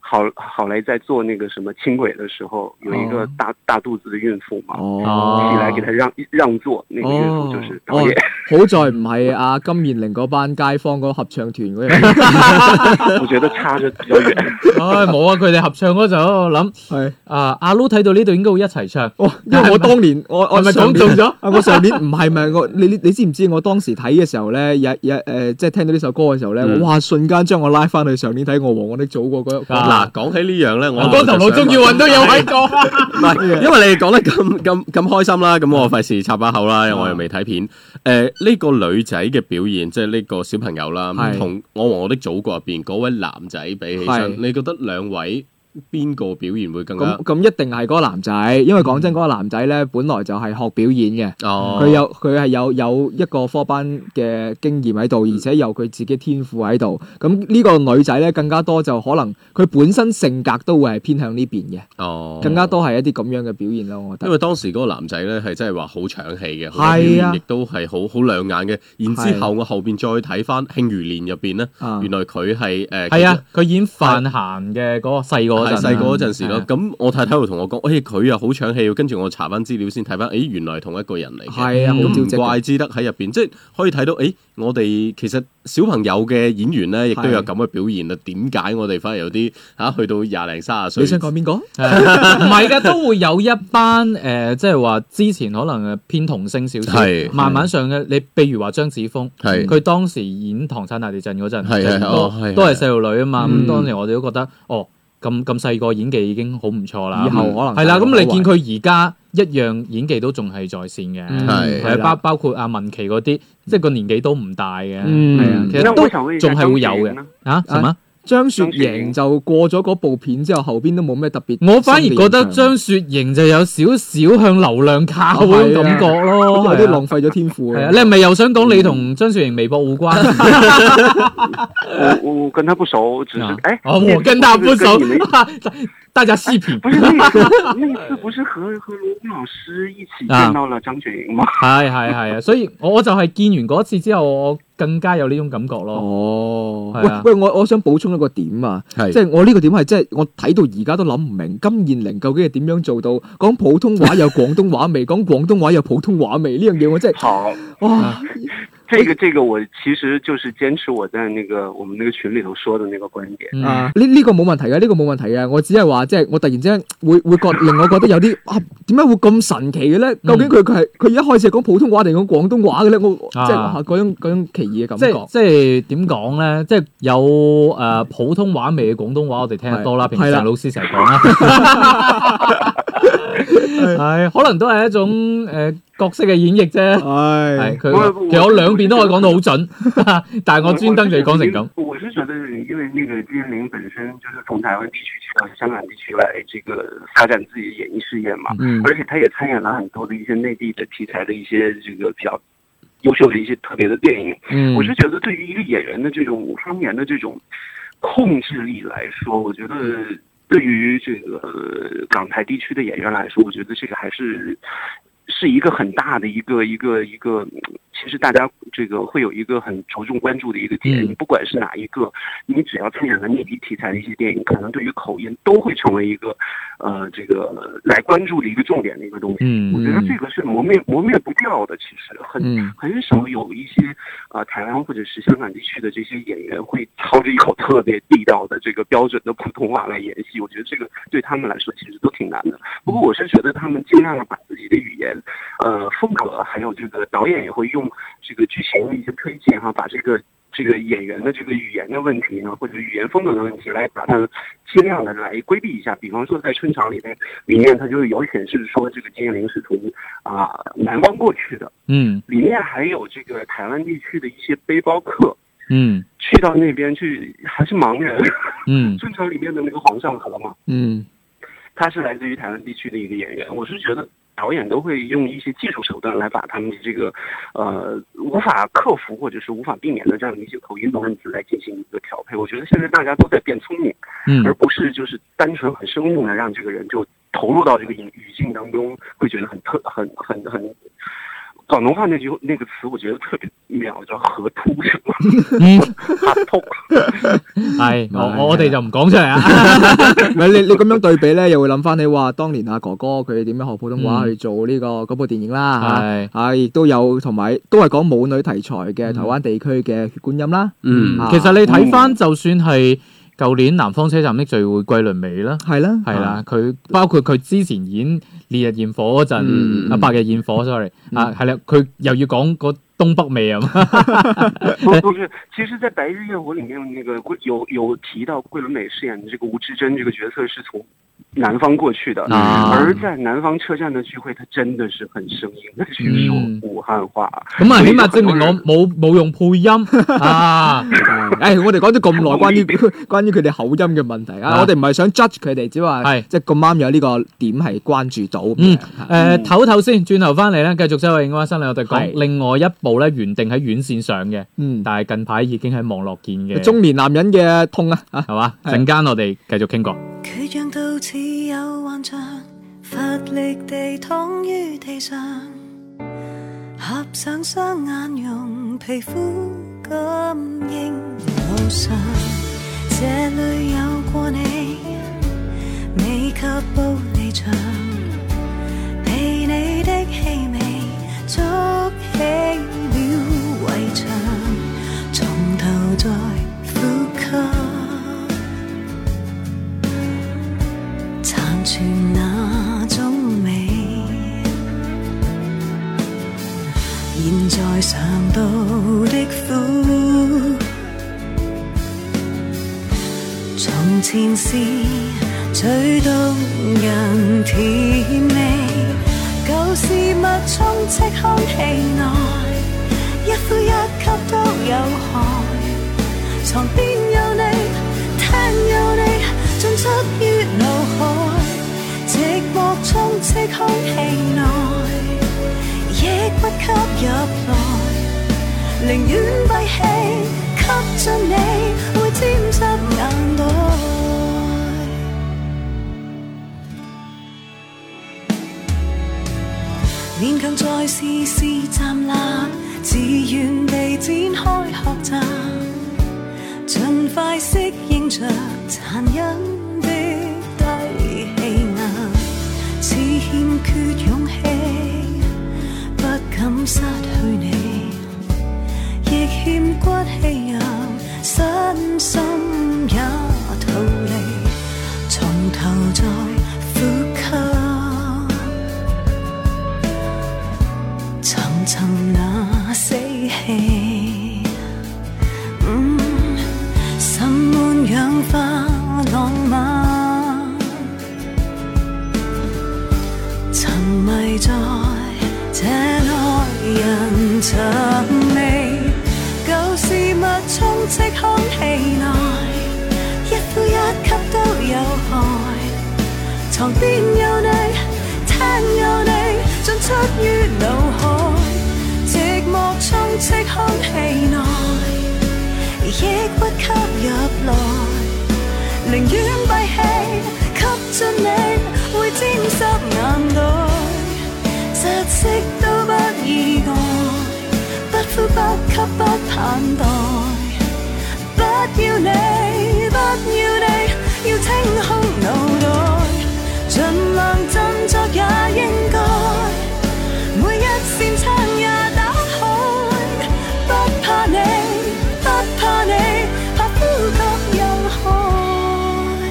Speaker 3: 郝郝蕾在做那个什么轻轨的时候，有一个
Speaker 1: 哦
Speaker 3: 大、大肚子的孕妇嘛，
Speaker 1: 哦，
Speaker 3: 起来给她让让座，那个孕妇就是
Speaker 2: 哦
Speaker 3: 导演。
Speaker 1: 好在唔係阿金燕玲嗰班街坊嗰合唱團嗰樣，
Speaker 2: 哦
Speaker 3: 我觉得差着比较远。
Speaker 2: 唉冇啊！佢哋合唱嗰陣，我諗
Speaker 1: 係
Speaker 2: 啊阿 Lu 睇到呢度應該會一齊唱。
Speaker 1: 哇！因為我當年我我
Speaker 2: 係咪
Speaker 1: 上
Speaker 2: 講
Speaker 1: 年
Speaker 2: 中咗
Speaker 1: 啊我上年唔係咪我你你你知唔知我當時睇嘅時候咧，有有誒即係聽到呢首歌嘅時候咧，
Speaker 5: 嗯
Speaker 1: 哇！瞬間將我拉翻去上年睇《我和我的祖國》嗰嗰
Speaker 2: 啊
Speaker 5: 嗱，講起呢樣咧，我
Speaker 2: 光頭佬終於揾到有位講。
Speaker 5: 唔係，因為你哋講得咁咁咁開心啦，咁我費事插把口啦，
Speaker 1: 啊
Speaker 5: 因為我又未睇片。誒呢個女仔嘅表現，即係呢個小朋友啦，
Speaker 1: 係
Speaker 5: 同《我和我的祖國》入邊嗰位男仔比起
Speaker 1: 係
Speaker 5: 身，你覺得兩位邊個表現會更加
Speaker 1: 咁？咁一定係嗰個男仔，因為講真嗰個男仔咧，本來就係學表演嘅。
Speaker 5: 哦，
Speaker 1: 佢有佢係有有一個科班嘅經驗喺
Speaker 5: 嗯
Speaker 1: 度，而且有佢自己天賦喺度。咁呢個女仔咧更加多就可能佢本身性格都會係偏向呢邊嘅，
Speaker 5: 哦，
Speaker 1: 更加。多係一啲咁樣嘅表現咯。我覺
Speaker 5: 因
Speaker 1: 得
Speaker 5: 為當時嗰個男仔咧係真係話好搶戲嘅，好
Speaker 1: 係啊
Speaker 5: 多表現亦都係好好亮眼嘅。然之後我後邊再睇翻《慶餘年》入邊咧，
Speaker 1: 啊
Speaker 5: 原來佢係誒
Speaker 2: 係啊，佢演范閒嘅嗰個細個嗰
Speaker 5: 係
Speaker 2: 陣，
Speaker 5: 細個嗰陣時咯
Speaker 2: 係啊。
Speaker 5: 咁我太太會同我講，誒佢啊又好搶戲喎，跟住我查翻資料先睇翻，誒原來係同一個人嚟嘅。
Speaker 1: 係啊，好
Speaker 2: 嗯
Speaker 1: 招
Speaker 5: 咁唔
Speaker 1: 積嘅
Speaker 5: 怪之得喺入邊，即係可以睇到，誒我哋其實小朋友嘅演員咧，亦都有
Speaker 1: 係
Speaker 5: 咁嘅表現啦。點解我哋反而有啲嚇去到廿零三十
Speaker 1: 你想
Speaker 5: 歲？
Speaker 1: 講邊個？
Speaker 2: 唔係嘅，都會有一班誒、呃即係話之前可能誒偏童星少少
Speaker 5: 係，
Speaker 2: 慢慢上嘅。你譬如話張子峰，
Speaker 5: 係
Speaker 2: 佢當時演《唐山大地震》嗰陣，
Speaker 5: 係係
Speaker 2: 就
Speaker 5: 哦
Speaker 2: 都
Speaker 5: 係
Speaker 2: 都係細路女啊嘛。咁、
Speaker 1: 嗯
Speaker 2: 當時我哋都覺得，哦，咁咁細個演技已經好唔錯啦。嗯
Speaker 1: 以後可能
Speaker 2: 係啦，
Speaker 1: 大家
Speaker 2: 咁你
Speaker 1: 都
Speaker 2: 見佢而家一樣演技都仲係在線嘅，
Speaker 1: 嗯
Speaker 5: 係
Speaker 2: 係啊
Speaker 1: 啦
Speaker 2: 包包括阿文琪嗰啲，即係個年紀都唔大嘅，係
Speaker 1: 嗯
Speaker 2: 啊，其
Speaker 3: 那
Speaker 2: 實
Speaker 3: 我
Speaker 2: 都
Speaker 3: 想问一下
Speaker 2: 仲係
Speaker 3: 张
Speaker 2: 會
Speaker 3: 智
Speaker 2: 有
Speaker 3: 霖
Speaker 2: 嘅
Speaker 3: 呢？
Speaker 2: 啊什麼？
Speaker 1: 張雪瑩就過咗嗰部片之後，後邊都冇咩特別深嘅印象。
Speaker 2: 我反而覺得張雪瑩就有少少向流量靠
Speaker 1: 哦
Speaker 2: 嗰種感覺
Speaker 1: 好
Speaker 2: 咯，
Speaker 1: 啊哦似有啲嗯
Speaker 2: 係啊
Speaker 1: 浪費咗天賦
Speaker 2: 係啊，
Speaker 1: 啊
Speaker 2: 你。係咪又想講你同張雪瑩微博無關？啊
Speaker 3: 我我跟他不熟，只是
Speaker 1: 啊
Speaker 3: 哎，
Speaker 2: 哦，
Speaker 3: 那
Speaker 2: 我
Speaker 3: 次
Speaker 2: 跟他不熟
Speaker 3: 跟你们，
Speaker 2: 大家细 品。
Speaker 3: 不是那次那次不是和和罗文老师一起
Speaker 2: 啊
Speaker 3: 见到了张雪莹吗？
Speaker 2: 係係係啊，所以我我就係見完嗰次之後，我更加有呢種感覺咯。
Speaker 1: 哦，
Speaker 2: 係啊
Speaker 1: 喂喂，我我想補充一個點啊，
Speaker 5: 係
Speaker 1: 即係我呢個點係即係我睇到而家都諗唔明金燕玲究竟係點樣做到講普通話有廣東話味，講廣東話有普通話味呢樣嘢，我真係
Speaker 3: 好，
Speaker 1: 哇！
Speaker 3: 这个这个我其实就是坚持我在那个我们那个群里头说的那个观点。
Speaker 2: 嗯
Speaker 1: 啊！呢呢個冇問題嘅，呢、個冇問題嘅。我只係話，即係我突然之間會會覺令我覺得有啲啊，點解會咁神奇嘅咧？
Speaker 2: 嗯
Speaker 1: 究竟佢佢係佢一開始係講普通話定講廣東話嘅咧？我
Speaker 2: 啊
Speaker 1: 即係啊嗰種嗰種奇異嘅感
Speaker 2: 即
Speaker 1: 覺
Speaker 2: 係。即係點講咧？即係有誒、呃普通話味嘅廣東話，我哋聽得多啦。
Speaker 1: 係
Speaker 2: 平時
Speaker 1: 係啦
Speaker 2: 老師成日講啦， 係可能都係一種誒、呃角色嘅演繹啫。係
Speaker 1: 唉，
Speaker 2: 佢
Speaker 3: 我我
Speaker 2: 其實我兩邊都可以講到好準， 但係我專登就要講成咁。
Speaker 3: 我是觉得，因为那个金玲本身就是从台湾地区去到香港地区来这个发展自己的演艺事业嘛，
Speaker 1: 嗯
Speaker 3: 而且她也参演了很多的一些内地的题材的一些这个比较优秀的一些特别的电影。
Speaker 1: 嗯
Speaker 3: 我是觉得，对于一个演员的这种方言的这种控制力来说，我觉得对于这个呃港台地区的演员来说，我觉得这个还是是一个很大的一个一个一个，嗯其实大家这个会有一个很着重关注的一个点。
Speaker 2: 嗯
Speaker 3: 你不管是哪一个，你只要参演了内地题材的一些电影，可能对于口音都会成为一个呃这个来关注的一个重点的一个东西。
Speaker 2: 嗯
Speaker 3: 我觉得这个是磨灭磨灭不掉的，其实很
Speaker 1: 嗯
Speaker 3: 很少有一些呃台湾或者是香港地区的这些演员会操着一口特别地道的这个标准的普通话来演戏，我觉得这个对他们来说其实都挺难的。不过我是觉得他们尽量的把自己的语言，呃风格，还有这个导演也会用这个剧情的一些推进哈、把这个。这个演员的这个语言的问题啊呢，或者语言风格的问题，来把它尽量的来规避一下。比方说，在《春场》里面，里面它就有显示说，这个金玲是从啊、南方过去的，
Speaker 2: 嗯
Speaker 3: 里面还有这个台湾地区的一些背包客
Speaker 2: 嗯
Speaker 3: 去到那边去，还是盲人。
Speaker 2: 嗯
Speaker 3: 正常里面的那个黄尚和嘛，
Speaker 1: 嗯
Speaker 3: 他是来自于台湾地区的一个演员。我是觉得导演都会用一些技术手段来把他们的这个呃无法克服或者是无法避免的这样的一些口音的问题来进行一个调配。我觉得现在大家都在变聪明，而
Speaker 2: 嗯
Speaker 3: 不是就是单纯很生硬的让这个人就投入到这个语语境当中，会觉得很特很很很。广东话那句那个词，我觉得特别妙，叫“河突”是吗？
Speaker 2: 嗯，
Speaker 3: 哈突，
Speaker 2: 係我我我哋就唔講出嚟啊。
Speaker 1: 唔係你你咁樣對比咧，又會諗翻你話當年阿哥哥佢點樣學普通
Speaker 2: 嗯
Speaker 1: 話去做呢、個嗰部電影啦嚇。
Speaker 2: 係
Speaker 1: 啊，亦都有同埋都係講母女題材嘅
Speaker 2: 嗯
Speaker 1: 台灣地區嘅血觀音啦，
Speaker 5: 嗯
Speaker 1: 啊
Speaker 2: 其實你睇翻，就算係舊年南方車站的聚會桂綸鎂啦。
Speaker 1: 係啦，
Speaker 2: 係啦，佢包括佢之前演《烈日焰火》嗰
Speaker 5: 嗯
Speaker 2: 陣，
Speaker 5: 嗯
Speaker 2: 啊《白日焰火》，sorry，啊係啦，佢又要講個東北味啊嘛，
Speaker 3: 不 不是，其实，在《白日焰火》里面，那个桂有有提到桂纶镁饰演的这个吴志珍这个角色是从南方过去的，
Speaker 5: 啊
Speaker 3: 而在南方车站的聚会，他真的是很生硬的去说
Speaker 2: 嗯
Speaker 3: 武汉话。
Speaker 2: 咁啊
Speaker 3: 所以
Speaker 2: 起碼
Speaker 3: 就
Speaker 2: 證明
Speaker 3: 很
Speaker 2: 我
Speaker 3: 多人
Speaker 2: 冇冇用配音啊，
Speaker 1: 誒、我哋講咗咁耐關於關於佢哋口音嘅問題啊，
Speaker 2: 啊
Speaker 1: 我哋唔係想 judge 佢哋，只話
Speaker 2: 係
Speaker 1: 即係咁啱有呢個點係關注到咁
Speaker 2: 嗯
Speaker 1: 樣。
Speaker 2: 誒唞唞先，轉頭翻嚟咧，繼續周慧影花新嚟我哋
Speaker 1: 係
Speaker 2: 講另外一部咧，原定喺院線上嘅，
Speaker 1: 嗯，
Speaker 2: 但係近排已經喺網絡見嘅，
Speaker 1: 中年男人嘅痛啊，啊
Speaker 2: 係嘛？
Speaker 1: 係
Speaker 2: 陣間我哋繼續傾過。
Speaker 4: 佢像到似有幻象，乏力地躺於地上，合上雙眼容皮膚感應無常。這裏有過你，未及步離場，被你的氣味築起了圍牆，從頭再呼吸。殘存那種美。現在嘗到的苦，從前是最動人甜味，舊事物充斥空氣內，一呼一吸都有害。床邊有你，出於腦海，寂寞充斥空氣內，亦不吸入來，寧願閉氣，吸進你會沾濕眼袋。勉強再試試站立，自願地展開學習。盡快適應着殘忍的低氣壓，似欠缺勇氣，不敢失去你，亦欠骨氣柔，身心也逃離，從頭再呼吸，尋尋那死氣。嗯心滿氧化浪漫，沉迷在這愛人薔薇，舊事物充斥空氣內，一呼一吸都有害。床邊有你，廳有你，進出於腦海，寂寞充斥空氣內。亦不吸入來，寧願閉氣，吸進你會沾濕眼袋，窒息都不意外，不呼不吸不盼待，不要你，不要你，要清空腦袋，盡量振作也應該，每一扇窗也打開，不怕你。不怕你，怕呼吸有害。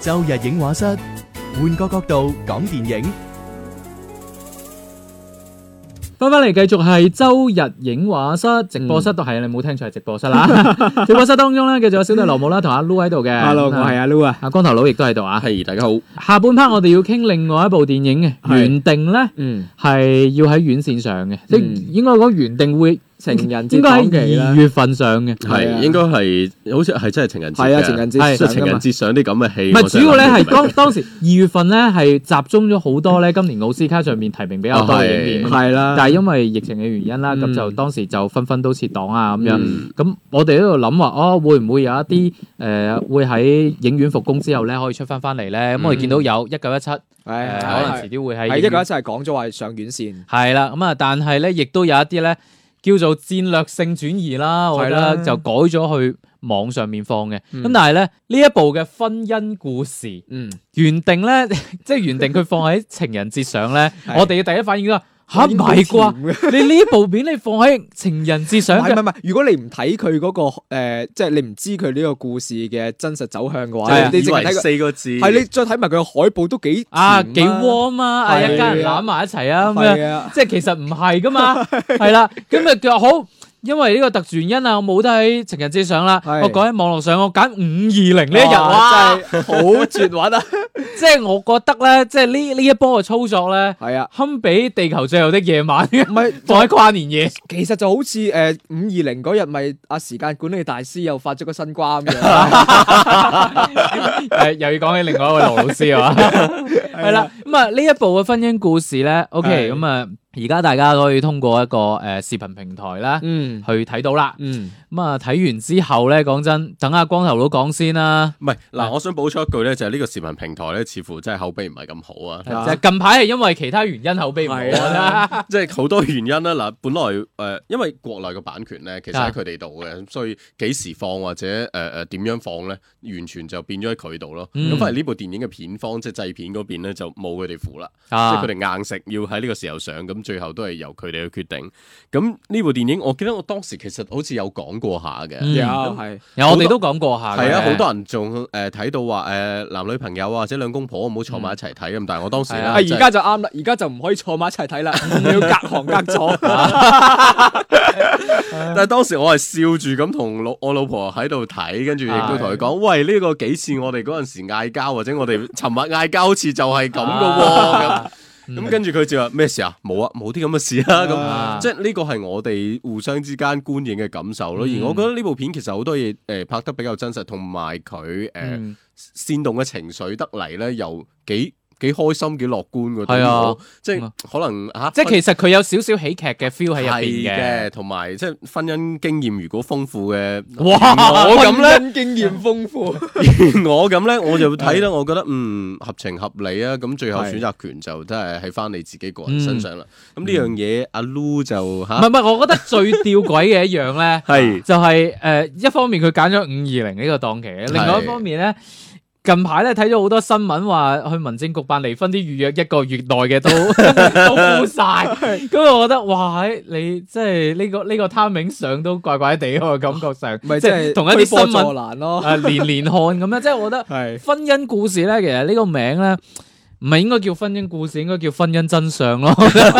Speaker 6: 周日嗯影画室，換個角度講電影。
Speaker 2: 翻返嚟繼續係周日影畫室直播室，都係你冇聽錯係直播室啦。 直播室當中咧，繼續有小弟羅姆啦，同阿 Lu 喺度嘅。
Speaker 1: Hello，我係阿 Lou 啊。
Speaker 2: 阿光頭佬亦都喺度啊。
Speaker 5: 係大家好，
Speaker 2: 下半 part 我哋要傾另外一部電影嘅，
Speaker 1: 係
Speaker 2: 原定咧
Speaker 1: 嗯，
Speaker 2: 係要喺院線上嘅，即係應該講原定會
Speaker 1: 情人 節
Speaker 2: 應該
Speaker 1: 檔期
Speaker 2: 喺
Speaker 1: 啦
Speaker 2: 二。月份上嘅。
Speaker 1: 係啊
Speaker 5: 係應該係好似係真係情人節嘅，
Speaker 1: 係啊，情
Speaker 2: 係
Speaker 1: 人節
Speaker 5: 即係
Speaker 1: 上
Speaker 5: 情
Speaker 1: 㗎
Speaker 5: 人
Speaker 1: 嘛。
Speaker 5: 節上啲咁嘅戲，
Speaker 2: 唔
Speaker 5: 我
Speaker 2: 係
Speaker 5: 真
Speaker 2: 主要咧，
Speaker 5: 諗唔
Speaker 2: 係
Speaker 5: 明
Speaker 2: 當當時二月份咧係集中咗好多咧今年奧斯卡上面提名比較多嘅影片
Speaker 5: 哦係，
Speaker 1: 係啦。
Speaker 2: 嗯但係因為疫情嘅原因啦，咁、
Speaker 1: 嗯
Speaker 2: 就當時就紛紛都撤檔啊咁樣。
Speaker 5: 嗯
Speaker 2: 咁、我哋喺度諗話，哦，會唔會有一啲誒、呃、會喺影院復工之後咧，可以出翻翻嚟咧？咁、我哋見到有一九一七，誒
Speaker 1: 係
Speaker 2: 可能遲啲會喺
Speaker 1: 係
Speaker 2: 影
Speaker 1: 一
Speaker 2: 院
Speaker 1: 個一齊講咗話上院線。
Speaker 2: 係啦，咁啊，但係咧，亦都有一啲咧叫做戰略性轉移啦，嗯我覺
Speaker 1: 係
Speaker 2: 得
Speaker 1: 啦
Speaker 2: 就改咗去網上面放嘅。咁、但係咧，呢一部嘅婚姻故事，
Speaker 1: 嗯，
Speaker 2: 原定咧， 即係原定佢放喺情人節上咧，
Speaker 1: 係
Speaker 2: 我哋嘅第一反應都係吓唔係
Speaker 1: 應該甜
Speaker 2: 啩？
Speaker 1: 嘅
Speaker 2: 你呢部片你放喺情人節上
Speaker 1: 唔係唔係
Speaker 2: 嘅，
Speaker 1: 唔係，如果你唔睇佢嗰個呃即係你唔知佢呢個故事嘅真實走向嘅
Speaker 2: 係
Speaker 1: 話，
Speaker 2: 啊
Speaker 1: 你
Speaker 5: 以
Speaker 1: 淨係
Speaker 5: 為
Speaker 1: 睇佢
Speaker 5: 四個字，
Speaker 1: 係你再睇埋佢嘅海報都幾
Speaker 2: 啊
Speaker 1: 甜
Speaker 2: 幾 warm 啊，啊
Speaker 1: 係啊
Speaker 2: 一家人攬埋一齊啊咁樣。
Speaker 1: 係啊，
Speaker 2: 即係其實唔係噶 嘛，係啦，咁啊佢話好，因為呢個特殊原因啊，我冇得喺情人節上啦，
Speaker 1: 係
Speaker 2: 我改喺網絡上，我揀五二零呢一日，哇
Speaker 1: 哇， 真係好絕揾啊！
Speaker 2: 即係我覺得咧，即係呢呢一波嘅操作咧，
Speaker 1: 係啊，
Speaker 2: 堪比地球最後的夜晚，
Speaker 1: 唔係
Speaker 2: 放喺跨年夜，
Speaker 1: 其實就好似誒五二零嗰日，咪阿時間管理大師又發咗個新瓜咁 樣，
Speaker 2: 誒又要講起另外一位羅老師 啊，係啦，咁啊呢一部嘅婚姻故事咧，OK，
Speaker 1: 係
Speaker 2: 咁啊而家大家可以通過一個誒視頻平台啦，
Speaker 1: 嗯
Speaker 2: 去睇到啦，
Speaker 1: 嗯，
Speaker 2: 咁啊睇完之後咧，講真，等阿光頭佬講先啦。
Speaker 5: 唔係
Speaker 2: 係
Speaker 5: 嗱，我想補充一句咧，就係呢個視頻平台咧，似乎真係口碑唔係咁好啊。
Speaker 2: 就係近排係因為其他原因口碑唔好啊 啦，
Speaker 5: 即係好多原因啦。嗱，本來誒、呃因為國內嘅版權咧，其實
Speaker 2: 啊
Speaker 5: 喺佢哋度嘅，咁所以幾時放或者誒誒點樣放咧，完全就變咗喺佢度咯。
Speaker 2: 嗯
Speaker 5: 咁反而呢部電影嘅片方即係製片嗰邊咧，就冇佢哋符啦，
Speaker 2: 啊
Speaker 5: 即係佢哋硬食要喺呢個時候上，咁最後都係由佢哋去決定。咁呢部電影，我記得我當時其實好似有講過下嘅。
Speaker 2: 嗯
Speaker 1: 有
Speaker 5: 咁
Speaker 1: 啊係
Speaker 2: 有我哋都講過下嘅，
Speaker 5: 係啊，好多人仲誒睇到話誒、呃男女朋友啊或者兩公婆唔好坐埋一齊睇咁，但係我當時
Speaker 2: 嗯
Speaker 5: 咧，
Speaker 2: 係啊
Speaker 1: 啊，而家就啱啦，而家就唔可以坐埋一齊 睇啦，要隔行隔坐。
Speaker 5: 但係當時我係笑住咁同老我老婆喺度睇，跟住亦都同佢講：，喂，呢、 個幾似我哋嗰陣時嗌交，或者我哋尋日嗌交，好似就係咁噶喎。咁
Speaker 2: 嗯
Speaker 5: 咁跟住佢就話咩事啊？冇啊，冇啲咁嘅事啊咁。
Speaker 2: 啊
Speaker 5: 即係呢個係我哋互相之間觀影嘅感受咯。
Speaker 2: 嗯
Speaker 5: 而我覺得呢部片其實好多嘢誒、呃拍得比較真實，同埋佢誒
Speaker 2: 嗯
Speaker 5: 煽動嘅情緒得嚟咧，又幾幾開心、幾樂觀嗰種
Speaker 2: 係啊
Speaker 5: 咯。即係可能啊嚇，
Speaker 2: 即係其實佢有少少喜劇嘅 feel 喺入
Speaker 5: 係
Speaker 2: 邊嘅。
Speaker 5: 嘅，同埋即係婚姻經驗如果豐富嘅，
Speaker 2: 哇
Speaker 5: 我咁咧。
Speaker 1: 咧經驗豐富，
Speaker 5: 我咁咧，我就會睇得，我覺得嗯合情合理啊。咁最後
Speaker 1: 係
Speaker 5: 選擇權就真係喺翻你自己個人身上啦。
Speaker 2: 嗯
Speaker 5: 咁呢樣嘢，阿 Lu 就
Speaker 2: 唔
Speaker 5: 嚇，
Speaker 2: 係唔係，我覺得最吊詭嘅一樣咧
Speaker 5: 係
Speaker 2: 就係、呃一方面佢揀咗五二零呢個檔期，另外一方面咧。近排咧睇咗好多新聞話，去民政局辦離婚啲預約一個月內嘅都 都 full 晒，咁我覺得哇，喺你即係呢個呢個 timing 上都怪怪地喎，感覺上
Speaker 1: 咪
Speaker 2: 即
Speaker 1: 即
Speaker 2: 係
Speaker 1: 係
Speaker 2: 同一啲新
Speaker 1: 推波助
Speaker 2: 聞
Speaker 1: 瀾咯，
Speaker 2: 啊連連看咁樣，即係我覺得
Speaker 1: 係
Speaker 2: 婚姻故事咧，其實呢個名咧唔係應該叫婚姻故事，應該叫婚姻真相 咯。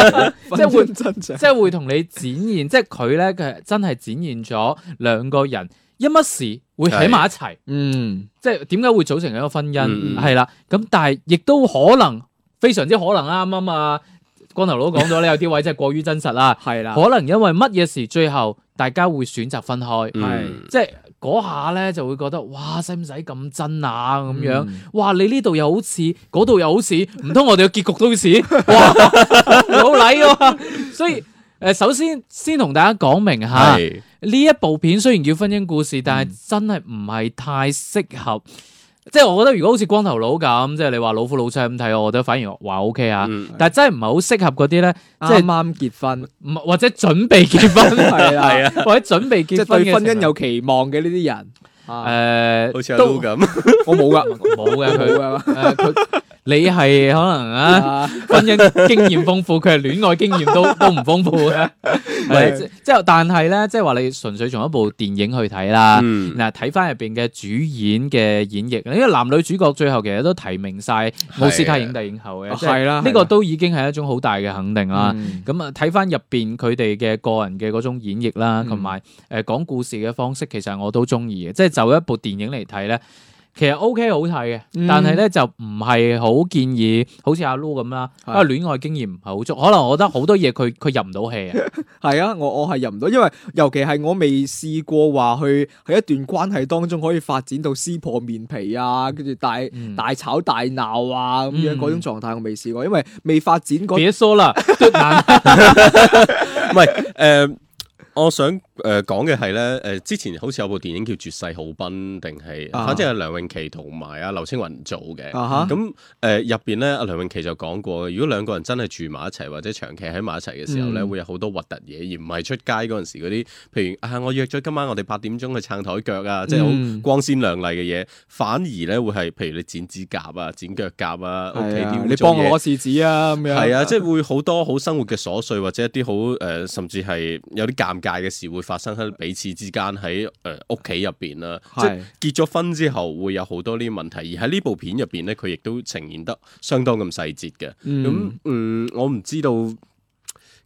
Speaker 2: 即係會
Speaker 1: 分真相，
Speaker 2: 即係會同你展現，即係佢咧，佢係真係展現咗兩個人因乜事會喺埋一齊，
Speaker 1: 嗯，
Speaker 2: 即係點解會組成一個婚
Speaker 5: 嗯
Speaker 2: 姻，係啦、咁但係亦都可能非常之可能啦，啱啱啊，光頭佬講咗咧，有啲位真係過於真實 啦，
Speaker 1: 係啦，
Speaker 2: 可能因為乜嘢事，最後大家會選擇分開，
Speaker 5: 嗯
Speaker 2: 即係嗰下咧就會覺得哇，使唔使咁真啊咁樣？
Speaker 1: 嗯
Speaker 2: 哇！你呢度又好似，嗰度又好似，唔通我哋嘅結局都 似？哇！好禮喎，所以。誒，首先先同大家講明下，呢
Speaker 5: 係
Speaker 2: 一部片雖然叫婚姻故事，
Speaker 1: 嗯
Speaker 2: 但係真係唔係太適合。即係我覺得，如果好似光頭佬咁，即係你話老夫老妻咁睇，我覺得反而話 O K 啊。
Speaker 5: 嗯
Speaker 2: 但係真係唔係好適合嗰啲咧，即
Speaker 1: 啱
Speaker 2: 係
Speaker 1: 啱結婚，
Speaker 2: 唔或者準備結婚，
Speaker 1: 係啊
Speaker 5: 係啊，
Speaker 2: 或者準備
Speaker 1: 即
Speaker 2: 結
Speaker 1: 係
Speaker 2: 婚
Speaker 1: 對
Speaker 2: 嘅
Speaker 1: 婚
Speaker 2: 成
Speaker 1: 姻
Speaker 2: 日
Speaker 1: 有期望嘅呢啲人，啊，
Speaker 2: 誒，
Speaker 5: 好似阿
Speaker 2: 都
Speaker 5: Lu 咁，
Speaker 1: 我冇 噶，
Speaker 2: 冇嘅
Speaker 1: 冇
Speaker 2: 佢
Speaker 1: 噶，
Speaker 2: 誒佢你係可能啊。
Speaker 1: 啊
Speaker 2: 婚姻經驗豐富，佢係戀愛經驗都都唔豐富嘅。 係啊即即係但係咧，即係話你純粹從一部電影去睇啦。
Speaker 5: 嗯
Speaker 2: 嗱，睇翻入邊嘅主演嘅演繹，因為男女主角最後其實都提名晒奧斯卡影帝影后嘅，
Speaker 1: 啊
Speaker 2: 即係
Speaker 1: 係啦
Speaker 2: 呢
Speaker 1: 係
Speaker 2: 個
Speaker 1: 啦
Speaker 2: 都已經係一種好大嘅肯定啦。
Speaker 1: 嗯
Speaker 2: 咁啊，睇翻入邊佢哋嘅個人嘅嗰種演繹啦，
Speaker 1: 嗯
Speaker 2: 同埋誒講故事嘅方式，其實我都中意嘅。即係就一部電影嚟睇咧，其實 O、k 好睇嘅，
Speaker 1: 嗯
Speaker 2: 但係咧就唔係好建議，好似阿 Lu 咁啦，因
Speaker 1: 係
Speaker 2: 為戀愛經驗唔係好足，可能我覺得好多嘢佢佢入唔到戲 啊。
Speaker 1: 係啊，我我係入唔到，因為尤其係我未試過話去喺一段關係當中可以發展到撕破面皮啊，跟住大
Speaker 2: 嗯
Speaker 1: 大吵大鬧啊咁樣
Speaker 2: 嗯
Speaker 1: 嗰種狀態，我未試過，因為未發展嗰
Speaker 2: 別說啦，都難。
Speaker 5: 唔係誒。我想誒講嘅係咧，誒、之前好似有部電影叫《絕世好賓》，定係
Speaker 1: 啊
Speaker 5: 反正係梁詠琪同埋阿劉青雲做嘅。
Speaker 1: 啊
Speaker 5: 咁誒入邊咧，阿梁詠琪就講過，如果兩個人真係住埋一齊或者長期喺埋一齊嘅時候咧，
Speaker 2: 嗯
Speaker 5: 會有好多核突嘢，而唔係出街嗰陣時嗰啲，譬如啊，我約咗今晚我哋八點鐘去撐台腳啊，即係好
Speaker 1: 嗯
Speaker 5: 光鮮亮麗嘅嘢，反而咧會係譬如你剪指甲啊、剪腳甲啊，
Speaker 1: 吓，
Speaker 5: 屋企
Speaker 1: 係啊
Speaker 5: 啲，
Speaker 1: 你
Speaker 5: 幫
Speaker 1: 幫我攞試紙啊咁樣，
Speaker 5: 係啊，即係會好多好生活嘅瑣碎，或者一啲好誒，甚至係有啲尷尬嘅事會發生喺彼此之間喺誒屋企入邊啦。
Speaker 1: 係
Speaker 5: 即係結咗婚之後會有好多呢啲問題，而喺呢部片入邊咧，佢亦都呈現得相當咁細節嘅。咁嗯
Speaker 1: 嗯
Speaker 5: 我唔知道。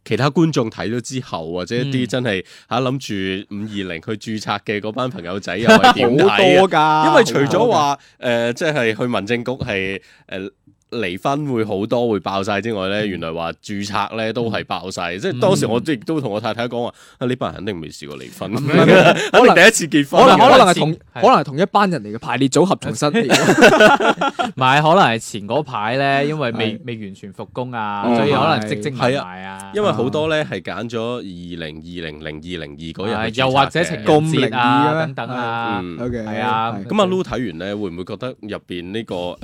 Speaker 5: 其他觀眾睇咗之後，或者一啲
Speaker 2: 嗯
Speaker 5: 真係嚇諗住五二零去註冊嘅嗰班朋友仔又係點睇啊
Speaker 1: 好多噶，
Speaker 5: 因為除咗
Speaker 1: 好
Speaker 5: 話誒，即係去民政局係誒離婚會好多會爆晒之外
Speaker 1: 嗯
Speaker 5: 咧，原來話註冊咧都係爆晒。即係當時我亦都同我太太講話，啊呢班人肯定未試過離婚， 肯定第一次結
Speaker 1: 多
Speaker 5: 婚
Speaker 1: 噶，可能可能係
Speaker 5: 咁樣。
Speaker 1: 同
Speaker 2: 係
Speaker 1: 可能係同一班人嚟嘅排列組合重新嚟 嘅，
Speaker 2: 唔係，可能係前嗰排咧，因為未未完全復工啊，
Speaker 1: 哦
Speaker 2: 所以可能
Speaker 1: 係
Speaker 2: 積積埋
Speaker 5: 係啊
Speaker 2: 埋啊。
Speaker 5: 因為好多咧係揀咗二零二零零二零二嗰
Speaker 2: 啊
Speaker 5: 日去註冊嘅，
Speaker 2: 又或者情人
Speaker 1: 咁
Speaker 2: 節
Speaker 1: 靈異嘅
Speaker 2: 啊
Speaker 1: 咩
Speaker 2: 等等啊，
Speaker 5: 嗯
Speaker 1: OK，
Speaker 2: 係啊
Speaker 1: 係
Speaker 5: 咁阿 Lu 睇完咧，會唔會覺得入邊呢個誒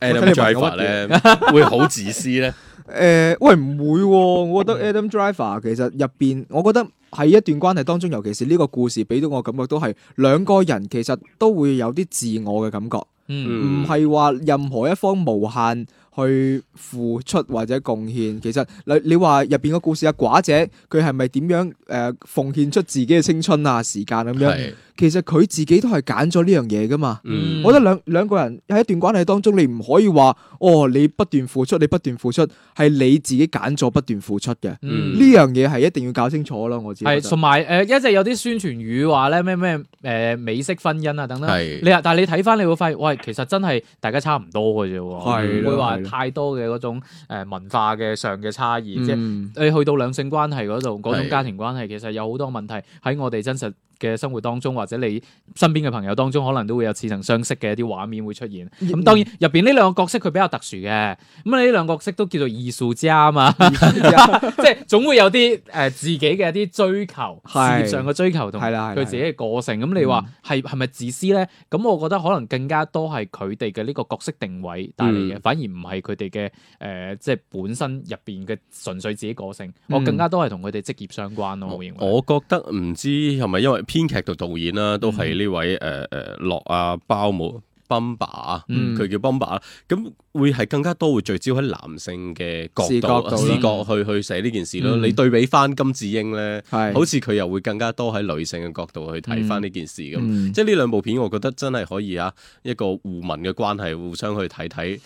Speaker 5: Adam
Speaker 1: 睇你問我
Speaker 5: Driver 咧 會好自私咧？
Speaker 1: 誒、呃喂唔會喎、我覺得
Speaker 5: 嗯
Speaker 1: Adam Driver 其實入邊，我覺得喺一段關係當中，尤其是呢個故事，俾到我感覺都係兩個人其實都會有啲自我嘅感覺，
Speaker 2: 嗯
Speaker 5: 嗯
Speaker 1: 唔係話任何一方無限去付出或者貢獻。其實你你話入邊個故事啊，寡姐佢係咪點樣誒、奉獻出自己嘅青春啊、時間 咁樣？
Speaker 5: 係，
Speaker 1: 其實佢自己都係揀咗呢樣嘢噶嘛。
Speaker 5: 嗯
Speaker 1: 我覺得兩兩個人喺一段關係當中，你唔可以話哦，你不斷付出，你不斷付出，係你自己揀咗不斷付出嘅。呢
Speaker 2: 嗯
Speaker 5: 嗯
Speaker 1: 樣嘢係一定要搞清楚咯，我自己覺
Speaker 2: 係，
Speaker 1: 得。
Speaker 2: 同埋呃誒一直有啲宣傳語話咧咩咩誒美式婚姻啊等等，
Speaker 5: 係
Speaker 2: 你啊但係你睇翻你會發現，喂，其實真係大家差唔多嘅啫喎，
Speaker 1: 係
Speaker 2: 唔會
Speaker 1: 啦
Speaker 2: 話
Speaker 1: 係啦
Speaker 2: 太多嘅嗰種誒文化嘅上嘅差異，即係
Speaker 1: 嗯
Speaker 2: 你去到兩性關係嗰度，嗰種
Speaker 5: 係
Speaker 2: 家庭關係其實有好多問題喺我哋真實嘅生活當中，或者你身邊嘅朋友當中，可能都會有似曾相識嘅一啲畫面會出現。咁當然入邊呢兩個角色佢比較特殊嘅，咁你呢兩個角色都叫做藝術家啊嘛， 即係總會有啲誒、呃自己嘅一啲追求，事
Speaker 1: 係
Speaker 2: 業上嘅追求同
Speaker 1: 係啦係啦嗯
Speaker 2: 佢自己嘅個性。咁你話係係咪自私咧？咁我覺得可能更加多係佢哋嘅呢個角色定位帶嚟嘅，
Speaker 5: 嗯
Speaker 2: 反而唔係佢哋嘅誒即係本身入邊嘅純粹自己個性。
Speaker 1: 嗯
Speaker 2: 我更加多係同佢哋職業相關咯，我認為。
Speaker 5: 我覺得唔知係咪因為編劇同導演
Speaker 2: 嗯
Speaker 5: 啦，都係呢位誒誒樂啊包姆。Bumba 啊，
Speaker 2: 嗯
Speaker 5: 佢叫 Bumba 啦，咁會係更加多會聚焦喺男性嘅角
Speaker 1: 視角
Speaker 5: 度、啊
Speaker 1: 度啦
Speaker 5: 視角去去寫呢件事咯。
Speaker 2: 嗯
Speaker 5: 你對比翻金智英咧，
Speaker 1: 係
Speaker 5: 好似佢又會更加多喺女性嘅角度去睇翻呢件事咁。
Speaker 2: 嗯
Speaker 5: 即係呢兩部片，我覺得真係可以啊，一個互文嘅關係，互相去睇睇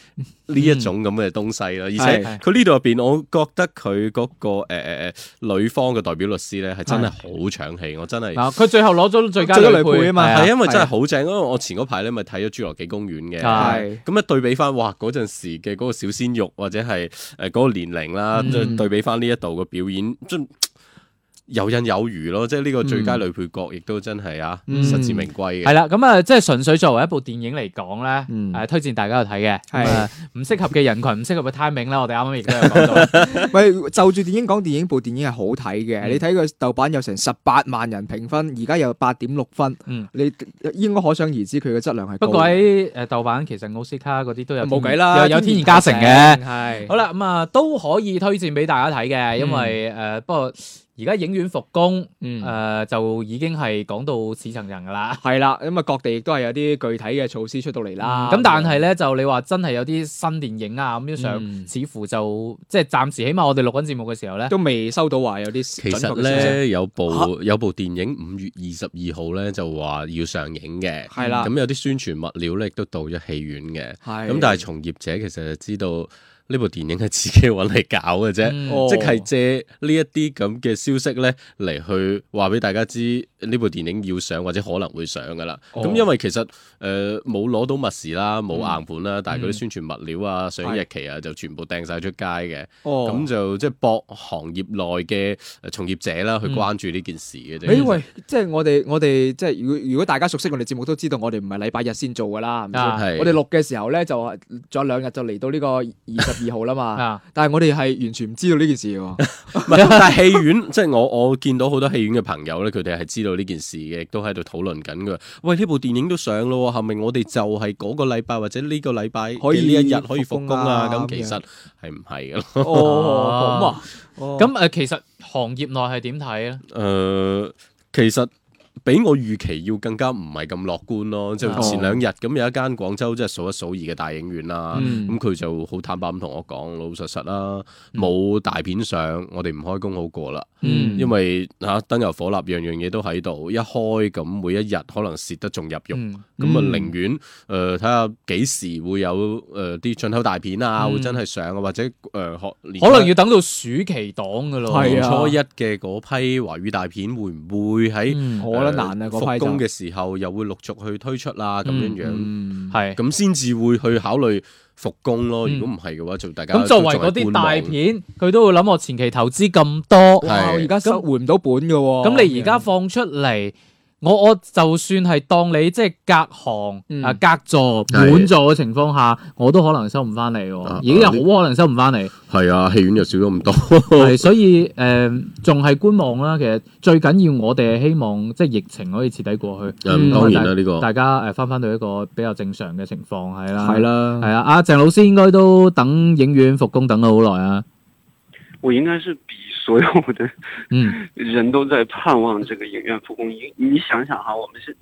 Speaker 5: 呢一種咁嘅東西啦。而且
Speaker 1: 係
Speaker 5: 佢呢度入邊，我覺得佢嗰、個誒誒誒女方嘅代表律師咧，係真係好搶戲，我真係。
Speaker 2: 嗱，佢最後攞咗最佳
Speaker 1: 最佳
Speaker 2: 女
Speaker 1: 女配啊嘛
Speaker 2: 啊係
Speaker 5: 係因為
Speaker 1: 係啊
Speaker 5: 真係好正，因為我前嗰排咧咪睇咗《侏羅紀公園》嘅
Speaker 2: 係，
Speaker 5: 咁一啊對比翻，哇！嗰陣時嘅嗰個小鮮肉或者係誒嗰個年齡啦，
Speaker 2: 嗯
Speaker 5: 即係對比翻呢一度嘅表演，嗯真游刃有餘咯。即係呢個最佳女配角，亦都真係啊，
Speaker 1: 嗯
Speaker 5: 實至名
Speaker 2: 係
Speaker 5: 歸嘅。
Speaker 2: 啦，咁啊，即係純粹作為一部電影嚟講咧，誒、
Speaker 1: 嗯
Speaker 2: 推薦大家去睇嘅。
Speaker 1: 係
Speaker 2: 咁啊唔適合嘅人群，唔適合嘅 timing 啦，我哋啱啱亦都有講 到。
Speaker 1: 喂，就住電影講電影，部電影係好睇嘅。
Speaker 2: 嗯
Speaker 1: 你睇佢豆瓣有成十八萬人評分，而家有八點六分，
Speaker 2: 嗯，
Speaker 1: 你應該可想而知佢嘅質量係高。
Speaker 2: 不過喺誒豆瓣，其實奧斯卡嗰啲都有
Speaker 1: 冇計啦，
Speaker 2: 有有天然加成嘅。
Speaker 1: 係
Speaker 2: 好啦，咁啊都可以推薦俾大家睇嘅，因為誒、呃不過而家影院復工，誒、
Speaker 1: 嗯
Speaker 2: 就已經係講到似層人噶啦。
Speaker 1: 係啦，咁啊各地亦都係有啲具體嘅措施出到嚟啦。
Speaker 2: 嗯咁但係咧，就你話真係有啲新電影啊咁樣上，
Speaker 1: 嗯
Speaker 2: 似乎就即係暫時，起碼我哋錄緊節目嘅時候咧，
Speaker 1: 都未收到話有啲
Speaker 5: 其
Speaker 1: 準確
Speaker 5: 實
Speaker 1: 嘅消息
Speaker 5: 咧有部有部電影五月二十二號咧就話要上映嘅，
Speaker 1: 係啦
Speaker 5: 咁有啲宣傳物料咧亦都到咗戲院嘅，
Speaker 1: 係
Speaker 5: 咁但係從業者其實就知道呢部電影係自己揾嚟搞嘅啫。
Speaker 2: 嗯
Speaker 1: 哦
Speaker 5: 即係借呢一啲咁嘅消息咧嚟去話俾大家知呢部電影要上或者可能會上噶啦。咁、
Speaker 1: 哦嗯
Speaker 5: 因為其實誒冇攞到密時啦，冇硬盤啦，但係嗰啲宣傳物料啊、上映日期啊就全部掟晒出街嘅。
Speaker 1: 哦
Speaker 5: 咁就即係博行業內嘅誒從業者啦，去關注呢件事嘅啫。
Speaker 1: 嗯誒喂，即係我哋我哋即係如果如果大家熟悉我哋節目都知道，我哋唔係禮拜日先做噶啦，係咪
Speaker 2: 啊
Speaker 1: 先
Speaker 5: 係
Speaker 1: 我哋錄嘅時候咧就係仲有兩日就嚟到呢個二十二號啦嘛，
Speaker 2: 啊，
Speaker 1: 但係我哋係完全唔知道呢 件事喎。
Speaker 5: 唔係，但係戲院 即係我我見到好多戲院嘅朋友咧，佢哋係知道呢件事嘅，亦都喺度討論緊嘅。喂，呢部電影都上咯喎，係咪我哋就係嗰個禮拜或者呢個禮拜
Speaker 1: 可以
Speaker 5: 嘅呢一日可以復工
Speaker 1: 復
Speaker 5: 啊？
Speaker 1: 工啊
Speaker 5: 咁其實係唔係嘅咯？
Speaker 1: 哦，咁啊，
Speaker 2: 咁誒其實行業內係點睇啊咧？
Speaker 5: 誒、呃其實比我預期要更加唔係咁樂觀咯。即
Speaker 2: 哦
Speaker 5: 係前兩日咁有一間廣州即係數一數二嘅大影院啦，
Speaker 2: 嗯
Speaker 5: 咁佢、就好坦白咁同我講，老老實實啦，冇大片上，我哋唔開工好過啦。
Speaker 2: 嗯
Speaker 5: 因為嚇、啊燈油火蠟樣樣嘢都喺度，一開咁每一日可能蝕得仲入肉，
Speaker 2: 嗯
Speaker 5: 咁啊
Speaker 1: 嗯
Speaker 5: 寧願誒睇下幾時會有誒啲、進口大片啊，
Speaker 2: 嗯
Speaker 5: 會真係上啊，或者誒、呃、可
Speaker 2: 可能要等到暑期檔噶咯，
Speaker 1: 係
Speaker 5: 年
Speaker 1: 啊
Speaker 5: 初一嘅嗰批華語大片會唔會喺、
Speaker 2: 嗯
Speaker 1: 我覺得難啊，
Speaker 5: 呃
Speaker 1: 嗰
Speaker 5: 復
Speaker 1: 批就
Speaker 5: 工嘅時候又會陸續去推出啦，咁樣
Speaker 2: 嗯
Speaker 5: 樣
Speaker 1: 嗯
Speaker 2: 係。
Speaker 5: 咁先至會去考慮復工咯。
Speaker 2: 嗯
Speaker 5: 如果唔係嘅話，就大家
Speaker 2: 咁作為
Speaker 5: 啊為
Speaker 2: 嗰啲大，片，佢都會諗我前期投資咁多，
Speaker 1: 哇！我而家收回唔到本嘅喎。
Speaker 2: 咁你而家放出嚟，我我就算係當你即係隔行
Speaker 1: 嗯
Speaker 2: 啊隔座
Speaker 5: 係
Speaker 2: 滿座嘅情況下，我都可能收唔翻嚟喎
Speaker 5: 啊，
Speaker 2: 已經有好可能收唔翻嚟，
Speaker 5: 係啊，戲院又少咗咁多。
Speaker 2: 係所以誒仲係觀望啦。其實最緊要我哋係希望即係疫情可以徹底過去，
Speaker 5: 嗯
Speaker 2: 咁啊
Speaker 5: 當然啦
Speaker 2: 大
Speaker 5: 呢個
Speaker 2: 大家誒翻翻到一個比較正常嘅情況係
Speaker 5: 嗯
Speaker 2: 啦，
Speaker 1: 係啦，
Speaker 2: 係啊，阿鄭老師應該都等影院復工等咗好耐啊。
Speaker 3: 我应该是比所有的
Speaker 2: 嗯
Speaker 3: 人都在盼望这个影院复工。你你想想哈，我们是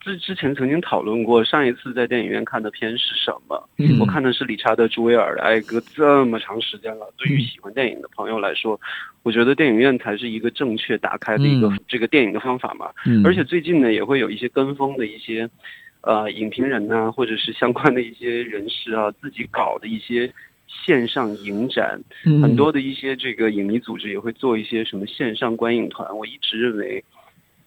Speaker 3: 之之前曾经讨论过，上一次在电影院看的片是什么？
Speaker 2: 嗯
Speaker 3: 我看的是理查德·朱维尔的《哀歌》，这么长时间
Speaker 2: 嗯
Speaker 3: 了。对于喜欢电影的朋友来说，我觉得电影院才是一个正确打开的一个
Speaker 2: 嗯
Speaker 3: 这个电影的方法嘛。
Speaker 2: 嗯
Speaker 3: 而且最近呢，也会有一些跟风的一些，呃，影评人呐、或者是相关的一些人士啊，自己搞的一些线上影展，
Speaker 2: 嗯
Speaker 3: 很多的一些这个影迷组织也会做一些什么线上观影团。我一直认为，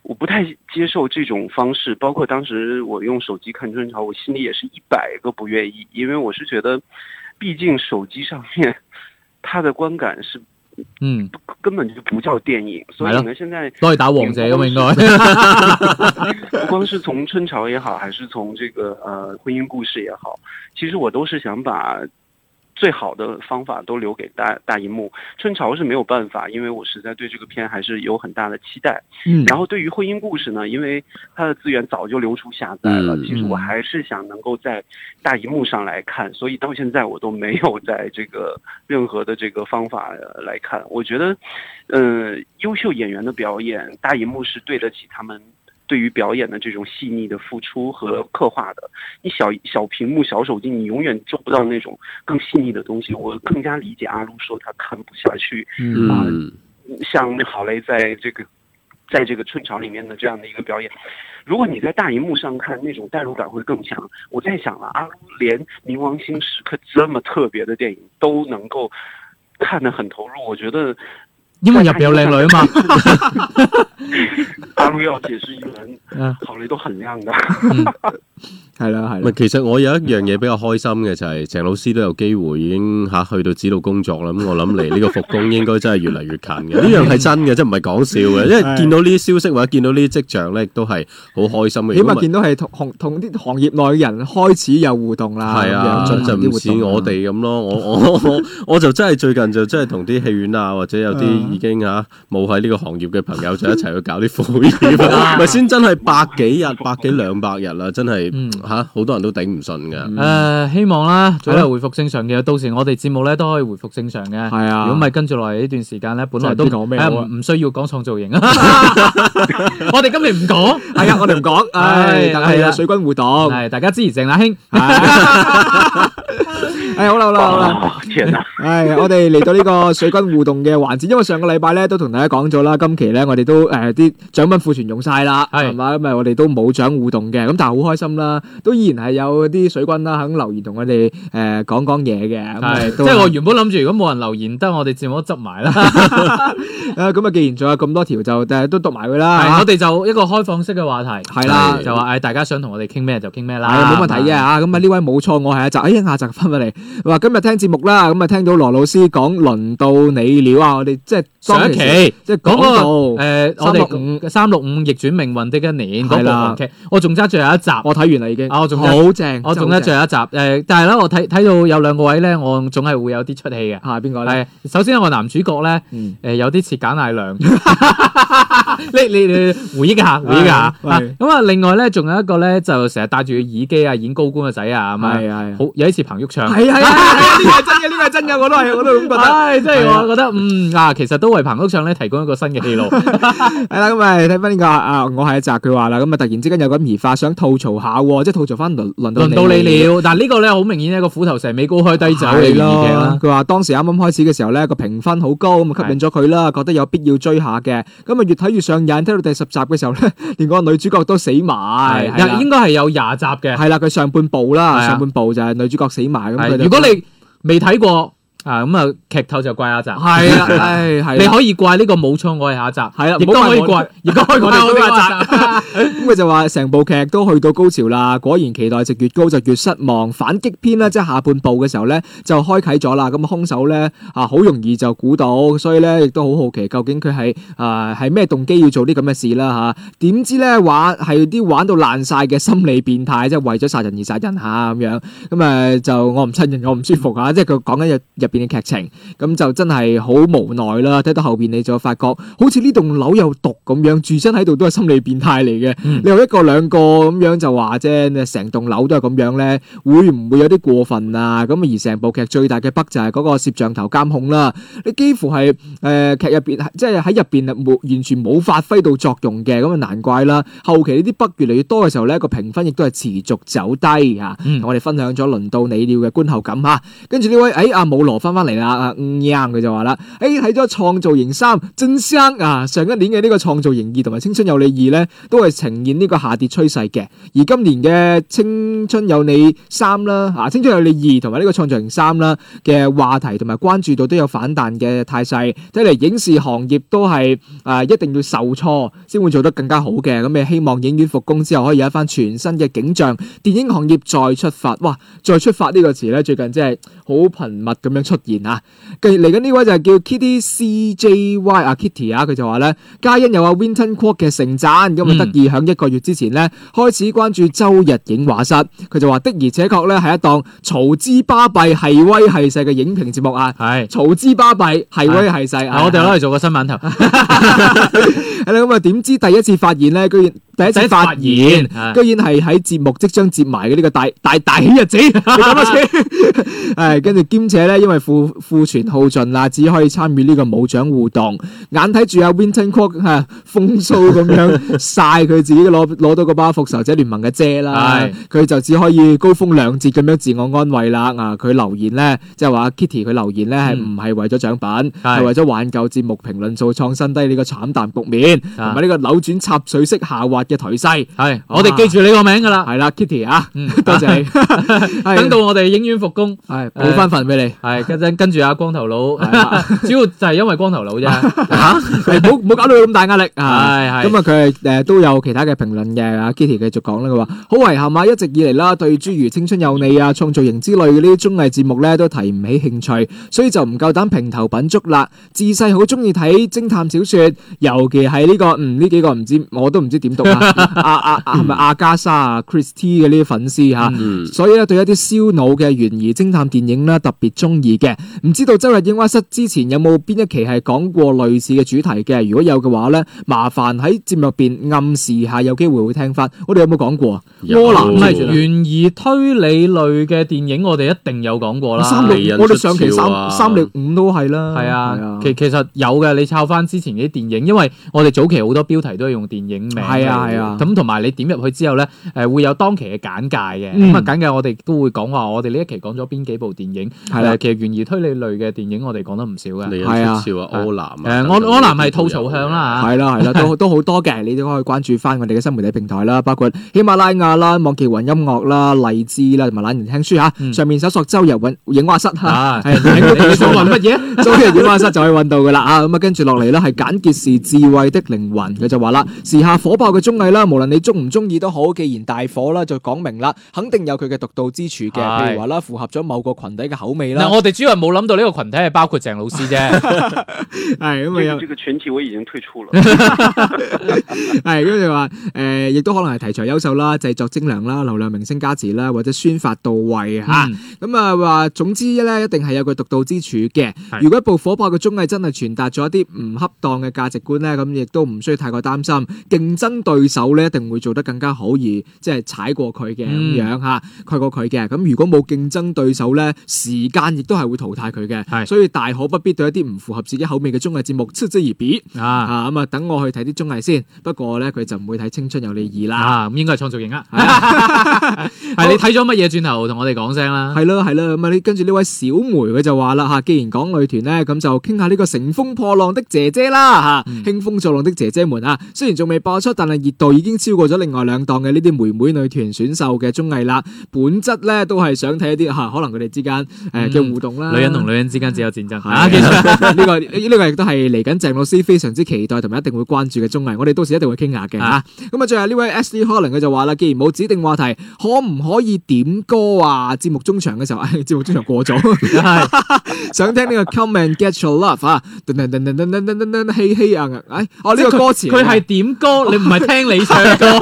Speaker 3: 我不太接受这种方式。包括当时我用手机看《春潮》，我心里也是一百个不愿意，因为我是觉得毕竟手机上面它的观感是
Speaker 2: 嗯，
Speaker 3: 根本就不叫电影，所以呢，现在
Speaker 2: 都係打王者咁應該。
Speaker 3: 不光是从春潮也好，还是从这个呃婚姻故事也好，其实我都是想把最好的方法都留给大大荧幕。春潮是没有办法，因为我实在对这个片还是有很大的期待。
Speaker 2: 嗯
Speaker 3: 然后对于婚姻故事呢，因为它的资源早就流出下载了，
Speaker 5: 嗯
Speaker 3: 其实我还是想能够在大荧幕上来看，所以到现在我都没有在这个任何的这个方法呃来看。我觉得，呃，优秀演员的表演，大荧幕是对得起他们。对于表演的这种细腻的付出和刻画的，你小小屏幕、小手机，你永远做不到那种更细腻的东西。我更加理解阿路说他看不下去，
Speaker 5: 嗯，
Speaker 3: 像郝蕾在这个在这个春潮里面的这样的一个表演，如果你在大荧幕上看，那种代入感会更强。我在想啊，阿鲁连《冥王星时刻》这么特别的电影都能够看得很投入，我觉得
Speaker 2: 因為入邊有靚女啊嘛。
Speaker 3: 阿鲁要解释一轮
Speaker 2: 嗯，
Speaker 3: 郝蕾都很亮的。
Speaker 1: 系啦系
Speaker 5: 唔
Speaker 1: 啦
Speaker 5: 係，，其實我有一樣嘢比較開心嘅就係鄭老師都有機會已經嚇去到指導工作啦。 咁我諗離呢個復工應該真係越嚟越近嘅，呢樣係真嘅，即係唔係講笑嘅。因為見到呢啲消息或者見到呢啲跡象咧，亦都係好開心嘅。
Speaker 1: 起碼
Speaker 5: 如果唔係
Speaker 1: 見到係同行同啲行業內嘅人開始有互動啦，
Speaker 5: 係啊，
Speaker 1: 咁樣進
Speaker 5: 就
Speaker 1: 行啲
Speaker 5: 唔
Speaker 1: 活
Speaker 5: 似
Speaker 1: 動啦
Speaker 2: à.
Speaker 5: 我。哋咁咯。我 我我我就真係最近就真係同啲戲院啊，或者有啲已經嚇冇喺呢個行業嘅朋友就一齊去搞啲副業 啊，咪先真係百幾日、百幾兩百日啦，真係
Speaker 2: 嗯
Speaker 5: 嚇好多人都頂唔順㗎。
Speaker 1: 嗯
Speaker 2: 誒、希望啦，早日回復正常嘅。到時我哋節目咧都可以回復正常嘅。
Speaker 1: 係啊
Speaker 2: 如果唔係跟住落嚟呢段時間咧，本來都
Speaker 1: 真係唔知講咩
Speaker 2: 係
Speaker 1: 好啊
Speaker 2: 唔唔需要講創造型 啊。我哋今日唔講，
Speaker 1: 係啊，我哋唔講，唉，
Speaker 2: 係
Speaker 1: 但係
Speaker 2: 係
Speaker 1: 有
Speaker 2: 啦
Speaker 1: 水軍互動。
Speaker 2: 係大家支持鄭雅興。
Speaker 1: 唉，好啦好啦好
Speaker 2: 哦
Speaker 1: 啦。
Speaker 3: 啊 天哪！
Speaker 1: 唉，我哋嚟到呢個水軍互動嘅環節，因為上個禮拜咧都同大家講咗啦，今期咧我哋都诶啲獎品庫存用晒啦，
Speaker 2: 係
Speaker 1: 係嘛咁啊，我哋都冇獎互動嘅，咁但係好開心啦，都依然係有啲水軍啦肯留言同我哋诶講講嘢嘅，咁啊
Speaker 2: 係，即
Speaker 1: 都
Speaker 2: 係我原本諗住，如果冇人留言，得我哋節目都執埋啦。
Speaker 1: 啊咁啊，既然仲有咁多條就诶都讀埋佢啦，
Speaker 2: 係我哋就一個開放式嘅話題，
Speaker 1: 啊係啦
Speaker 2: 就話誒，大家想同我哋傾咩就傾咩
Speaker 1: 係
Speaker 2: 啦，
Speaker 1: 冇問題嘅嚇，咁啊呢位冇錯，我係阿澤，哎呀阿澤翻返嚟，話今日聽節目啦，咁啊聽到羅老師講輪到你了啊，我哋即係當
Speaker 2: 上一
Speaker 1: 其時哦
Speaker 2: 期
Speaker 1: 即係
Speaker 2: 嗰個
Speaker 1: 講到，
Speaker 2: 誒，我
Speaker 1: 365
Speaker 2: 哋三六五逆轉命運的一年嗰
Speaker 1: 係
Speaker 2: 部
Speaker 1: 啦
Speaker 2: 韓劇，我仲揸最後一集。
Speaker 1: 啊我睇完啦已經，
Speaker 2: 啊我仲有
Speaker 1: 好正，
Speaker 2: 我仲
Speaker 1: 真係好
Speaker 2: 咧
Speaker 1: 正
Speaker 2: 最後一集，誒、但係咧我睇睇到有兩個位咧，我總係會有啲出戲嘅。
Speaker 1: 嚇邊個咧？
Speaker 2: 係首先我男主角咧，誒、
Speaker 1: 嗯
Speaker 2: 有啲似簡乃亮， 你你你回憶一下，回憶一下
Speaker 1: 係
Speaker 2: 啊
Speaker 1: 係
Speaker 2: 咁啊，另外咧仲有一個咧就成日戴住個耳機啊，演高官嘅仔啊，咁啊，
Speaker 1: 係啊係啊
Speaker 2: 好有啲似彭毓暢。
Speaker 1: 係啊係啊，呢個係真嘅，呢個係真嘅，我都係我都咁覺得。
Speaker 2: 唉，即係
Speaker 1: 係啊
Speaker 2: 我覺得嗯啊，其實都為彭毓暢咧提供一個新嘅 戲路。
Speaker 1: 係啦，咁啊睇翻呢個啊，我係一澤佢話啦，咁啊突然之間有咁而發，想吐槽下喎，即係吐槽翻輪輪
Speaker 2: 輪到你。了，但呢個咧好明顯一個虎頭蛇尾高開低走嘅
Speaker 1: 係
Speaker 2: 粵語劇啦
Speaker 1: 咯，。佢話當時啱啱開始嘅時候咧，個評分好高，咁啊吸引咗佢啦，覺得有必要追下嘅。咁啊越睇越上癮，睇到第十集嘅時候 咧，連個女主角都死埋。係
Speaker 2: 係，
Speaker 1: 啦
Speaker 2: 啊應該係有廿集嘅。
Speaker 1: 係啦，佢上半部
Speaker 2: 係
Speaker 1: 啦，
Speaker 2: 啊
Speaker 1: 上半部就係女主角死埋咁。佢
Speaker 2: 係
Speaker 1: 就
Speaker 2: 如果你未睇過啊，咁啊劇透就怪阿澤。
Speaker 1: 係啦，唉 係
Speaker 2: 你
Speaker 1: 啦。
Speaker 2: 可以怪呢個冇錯愛下澤，
Speaker 1: 係啦
Speaker 2: 亦
Speaker 1: 唔
Speaker 2: 都
Speaker 1: 好怪
Speaker 2: 可以
Speaker 1: 我
Speaker 2: 怪，亦都可以怪我
Speaker 1: 我
Speaker 2: 哋
Speaker 1: 哋都
Speaker 2: 阿澤。
Speaker 1: 咁啊佢就話成部劇都去到高潮啦，果然期待值越高就越失望。反擊篇咧，即係下半部嘅時候咧，就開啟咗啦。咁兇手咧啊，好容易就估到，所以咧亦都好好奇究竟佢係啊係咩動機要做啲咁嘅事啦嚇。點、知咧玩係啲玩到爛晒嘅心理變態，即係為咗殺人而殺人嚇咁樣。咁誒就我唔親人，我唔舒服嚇，即係佢講緊入入邊嘅劇情。咁就真係好無奈啦。睇到後邊你就發覺，好似呢棟樓有毒咁樣，住身喺度都係心理變態嚟嘅。
Speaker 2: 嗯
Speaker 1: 你有一個兩個咁樣就話啫，你成棟樓都係咁樣咧，會唔會有啲過分啊？咁而成部劇最大嘅北就係嗰個攝像頭監控啦。你幾乎係誒、呃、劇入邊，即係喺入邊冇完全冇發揮到作用嘅，咁啊難怪啦。後期呢啲北越嚟越多嘅時候咧，個評分亦都係持續走低嚇。
Speaker 2: 嗯
Speaker 1: 我哋分享咗輪到你了嘅觀後感嚇。跟住呢位誒阿姆羅翻翻嚟啦，啊嗯啱佢就話啦，誒睇咗《創造型三》真生啊，上一年嘅呢個《創造型二》同埋《青春有你二》咧，都係呈現呢個下跌趨勢嘅。而今年嘅《青春有你三》啦，啊《青春有你二》同埋呢個《創造型三》啦嘅話題同埋關注度都有反彈嘅態勢，睇嚟影視行業都係啊、一定要受挫先會做得更加好嘅。咁你希望影院復工之後可以有一番全新嘅景象，電影行業再出發。哇！再出發呢個詞咧，最近真係好頻密咁樣出現啊！跟住嚟緊呢位就係叫 Kitty C J Y 啊 Kitty 啊，佢就話咧，嘉欣有阿 Winton Court 嘅盛讚，咁
Speaker 2: 嗯
Speaker 1: 啊得意響一個月之前咧開始關注周日影畫室，佢就話的而且確咧係一檔嘈之巴閉係威係勢嘅影評節目啊！
Speaker 2: 係
Speaker 1: 嘈之巴閉係威係勢啊！
Speaker 2: 我哋攞嚟做個新聞 頭，
Speaker 1: 係啦，咁啊點知第一次發現咧，居然第一次發現。啊
Speaker 2: 係
Speaker 1: 居然係喺節目即將接埋嘅呢個大大大喜 日子，你講多次。 誒，跟住兼且咧，因為庫庫存耗盡啦，只可以參與呢個舞獎互動。眼睇住阿 Winton Cook 嚇風騷咁樣 晒佢自己攞攞到個巴復仇者聯盟嘅遮啦
Speaker 2: 係，
Speaker 1: 佢就只可以高風亮節咁樣自我安慰啦。啊，佢留言咧，即係話 Kitty 佢留言咧係唔係為咗獎
Speaker 2: 係
Speaker 1: 品，嗯係為咗挽救節目評論數創新低呢個慘淡局面，同埋呢個扭轉插水式下滑嘅頹勢。
Speaker 2: 係，我哋記住你個名㗎啦，
Speaker 1: 系啦，Kitty 啊，
Speaker 2: 嗯
Speaker 1: 多謝你。 係
Speaker 2: 等到我哋影院復工。
Speaker 1: 係補翻份俾你，
Speaker 2: 係跟真跟住阿光頭佬，
Speaker 1: 係啦
Speaker 2: 主要就係因為光頭佬啫。
Speaker 1: 係冇冇搞到佢咁大壓力啊！
Speaker 2: 係係
Speaker 1: 咁啊，佢誒都有其他嘅評論嘅。阿 Kitty 繼續講啦，佢話好遺憾啊，一直以嚟啦，對諸如青春有你啊、創造型之類嘅呢啲綜藝節目咧，都提唔起興趣，所以就唔夠膽評頭品足啦。自細好中意睇偵探小說，尤其係呢個嗯呢幾個唔知我都唔知點讀啊，阿阿阿係咪阿加莎啊、Christie 嘅呢啲粉絲嚇。
Speaker 5: 嗯，
Speaker 1: 所以咧對一啲燒腦嘅懸疑偵探電影咧特別中意嘅。唔知道周日映畫室之前有冇邊一期係講過類似嘅主題嘅？如果有嘅話咧，麻煩喺節目入邊暗示下，有機會會聽翻。我哋有冇講過啊？
Speaker 5: 有
Speaker 1: 柯南
Speaker 2: 唔
Speaker 1: 咩
Speaker 2: 係
Speaker 1: 住啦
Speaker 2: 懸疑推理類嘅電影，我哋一定有講過啦。
Speaker 1: 三
Speaker 5: 利
Speaker 1: 六，
Speaker 5: 刃
Speaker 1: 我哋上期
Speaker 5: 出鞘啊
Speaker 1: 三三六五都係啦。
Speaker 2: 係
Speaker 1: 係
Speaker 2: 啊，其其實有嘅，你抄翻之前嗰啲電影，因為我哋早期好多標題都係用電影名嚟嘅。
Speaker 1: 係啊係啊
Speaker 2: 咁同埋你點入去之後咧，誒會有當期嘅簡介嘅。
Speaker 1: 嗯
Speaker 2: 咁啊簡介我哋都會講話，我哋呢一期講咗邊幾部電影。
Speaker 1: 係啦
Speaker 2: 誒其實懸疑推理類嘅電影我哋講得唔少嘅。
Speaker 5: 利
Speaker 1: 係
Speaker 5: 刃
Speaker 1: 啊
Speaker 5: 出鞘啊，柯南啊，
Speaker 2: 誒，我柯南係吐槽向。啦嚇。
Speaker 1: 係啦，係 啦，都都好多嘅，你都可以關注翻我哋嘅新媒體平台啦，包括喜馬拉雅啦、網易雲音樂啦、荔枝啦，同埋懶人聽書嚇。
Speaker 2: 嗯
Speaker 1: 上面搜索周日揾影畫室 嚇。
Speaker 2: 啊，
Speaker 1: 係
Speaker 2: 你你想問乜嘢？
Speaker 1: 早日演化室就可以揾到噶啦啊！咁啊，跟住落嚟咧係簡潔是智慧的靈魂，佢就話啦，時下火爆嘅綜藝啦，無論你中唔中意都好，既然大火啦，就講明啦，肯定有佢嘅獨到之處嘅，
Speaker 2: 係
Speaker 1: 譬如話啦，符合咗某個群體嘅口味啦
Speaker 2: 嗱，，我哋主要係冇諗到呢個群體係包括鄭老師 啫，
Speaker 1: 係咁啊
Speaker 3: 这
Speaker 1: 有
Speaker 3: 个这个群体我已经退 出了。
Speaker 1: 係跟住話誒，亦都可能係題材優秀啦、製作精良啦、流量明星加持啦，或者宣發到位嚇。
Speaker 2: 嗯
Speaker 1: 咁啊話，總之咧一定係有佢獨到之處嘅。
Speaker 2: 係
Speaker 1: 如果一部火爆嘅綜藝真係傳達咗一啲唔恰當嘅價值觀咧，咁亦都唔需要太過擔心。競爭對手咧一定會做得更加好，而即係踩過佢嘅咁
Speaker 2: 嗯
Speaker 1: 樣嚇，蓋過佢嘅。咁如果冇競爭對手咧，時間亦都係會淘汰佢嘅。
Speaker 2: 係
Speaker 1: 所以大可不必對一啲唔符合自己口味嘅綜藝節目嗤之以鼻。
Speaker 2: 啊
Speaker 1: 啊咁啊，等我去睇啲綜藝先。不過咧，佢就唔會睇《青春有你二》啦。
Speaker 2: 啊，咁應該係創造型 啊，係你睇咗乜嘢？轉頭同我哋講聲啦，
Speaker 1: 啊係咯係咯，咁啊，呢跟住呢位小梅佢就話啦吓，既然講女團咧，咁就傾下呢個乘風破浪的姐姐啦吓，
Speaker 2: 嗯
Speaker 1: 興風作浪的姐姐們啊，雖然仲未播出，但係熱度已經超過咗另外兩檔嘅呢啲妹妹女團選秀嘅綜藝啦。本質咧都係想睇一啲吓，可能佢哋之間誒嘅
Speaker 2: 嗯
Speaker 1: 互動啦，
Speaker 2: 女人同女人之間只有戰爭
Speaker 1: 啊係
Speaker 2: 啊，其實
Speaker 1: 呢個呢個亦都係嚟緊鄭老師非常之期待同埋一定會關注嘅綜藝，我哋到時一定會傾下嘅嚇
Speaker 2: 啊。
Speaker 1: 咁啊，最後呢位 S D Holland 佢就話啦，既然冇指定話題，可唔可以點歌啊？節目中場嘅時候， 唉節目中場過咗，
Speaker 2: 係
Speaker 1: 想聽呢個 Come and Get Your Love 啊，噔噔噔噔噔噔噔噔，嘿嘿啊，唉，哦呢個歌詞嚟㗎
Speaker 2: 佢係點歌，你唔係聽你唱歌，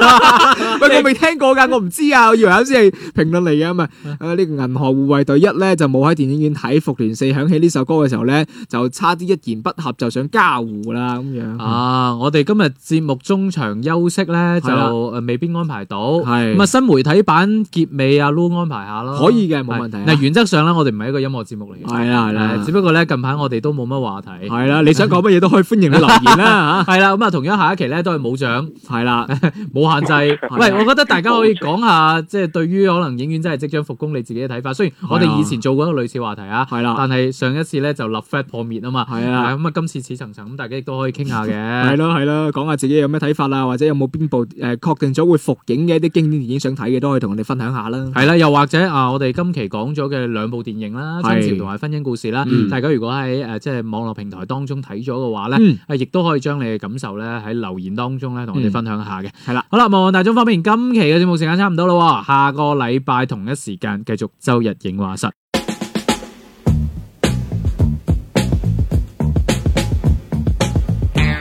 Speaker 1: 喂，我 未聽過㗎，我唔知啊，我以為啱先係評論嚟嘅咁啊。誒呢個銀河護衛隊一咧就冇喺電影院睇《復聯四》響起呢首歌嘅時候咧，就差啲一言不合就想加胡啦咁樣。
Speaker 2: 啊！我哋今日節目中場休息咧，就
Speaker 1: 係啦
Speaker 2: 誒未必安排到。
Speaker 1: 係
Speaker 2: 咁啊，新媒體版結尾阿 Lu 安排下咯，
Speaker 1: 可以嘅冇問題啊
Speaker 2: 係嗱，原則上咧，我哋唔係一個音樂節目嚟嘅，
Speaker 1: 係啦係啦
Speaker 2: 誒只不過咧近排我哋都冇乜話題。
Speaker 1: 係啦，你想講乜嘢都可以歡迎你留言啦 嚇。
Speaker 2: 係啦，咁啊，同樣下一期咧都係冇獎
Speaker 1: 系啦，
Speaker 2: 冇限制。
Speaker 1: 係啊
Speaker 2: 喂，我覺得大家可以講下，即係對於可能影院真係即將復工你自己嘅睇法。雖然我
Speaker 1: 係
Speaker 2: 哋
Speaker 1: 啊
Speaker 2: 以前做過一個類似話題啊，
Speaker 1: 係啦
Speaker 2: 但係上一次咧就立 flat 破滅啊嘛，
Speaker 1: 係啊
Speaker 2: 咁啊今次似層層，咁大家亦都可以傾下
Speaker 1: 係
Speaker 2: 嘅。
Speaker 1: 咯係咯，講下自己有咩睇法啊，或者有冇邊部诶确定咗會復映嘅一啲經典電影想睇嘅，都可以同我哋分享下啦。
Speaker 2: 係啦，又或者啊，我哋今期講咗嘅兩部電影啦，《
Speaker 1: 係
Speaker 2: 春潮》同埋《婚姻故事》啦，
Speaker 1: 嗯
Speaker 2: 大家如果喺誒即係網絡平台當中睇咗嘅話咧。
Speaker 1: 嗯，
Speaker 2: 誒，亦都可以將你嘅感受咧喺留言當中咧同我哋
Speaker 1: 嗯
Speaker 2: 分享下嘅。
Speaker 1: 係啦
Speaker 2: 好啦，望望大眾方面，今期嘅節目時間差唔多啦喎，下個禮拜同一時間繼續周日影畫室。
Speaker 4: eh. Oh,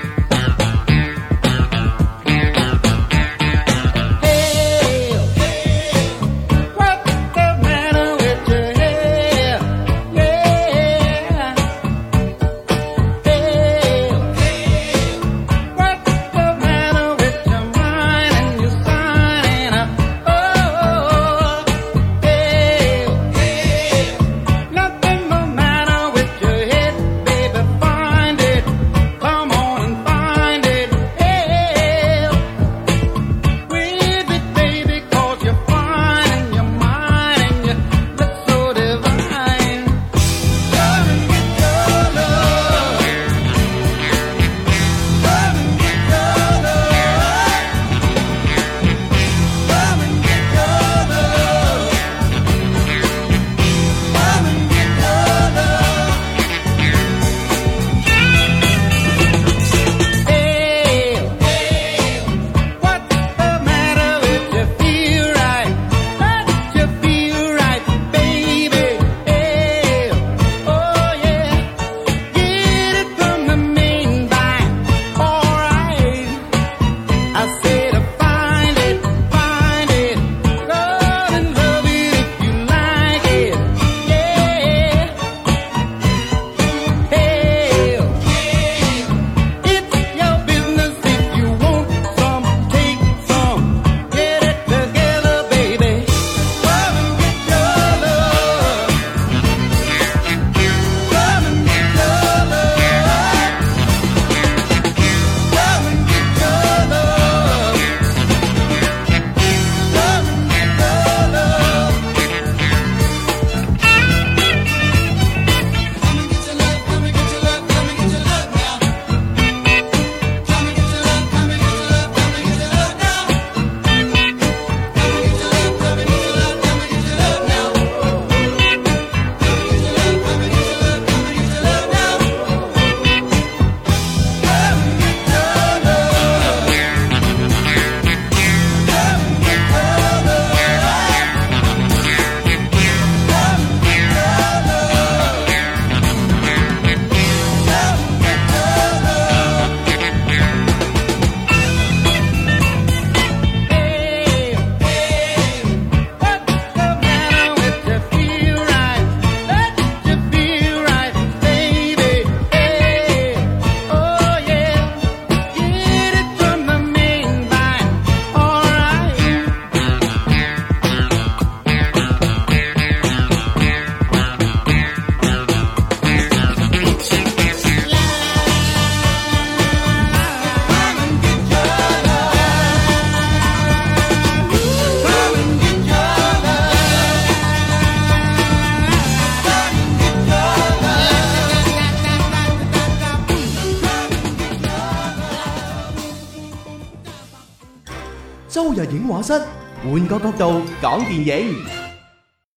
Speaker 4: 周日影画室，换个角度讲电影。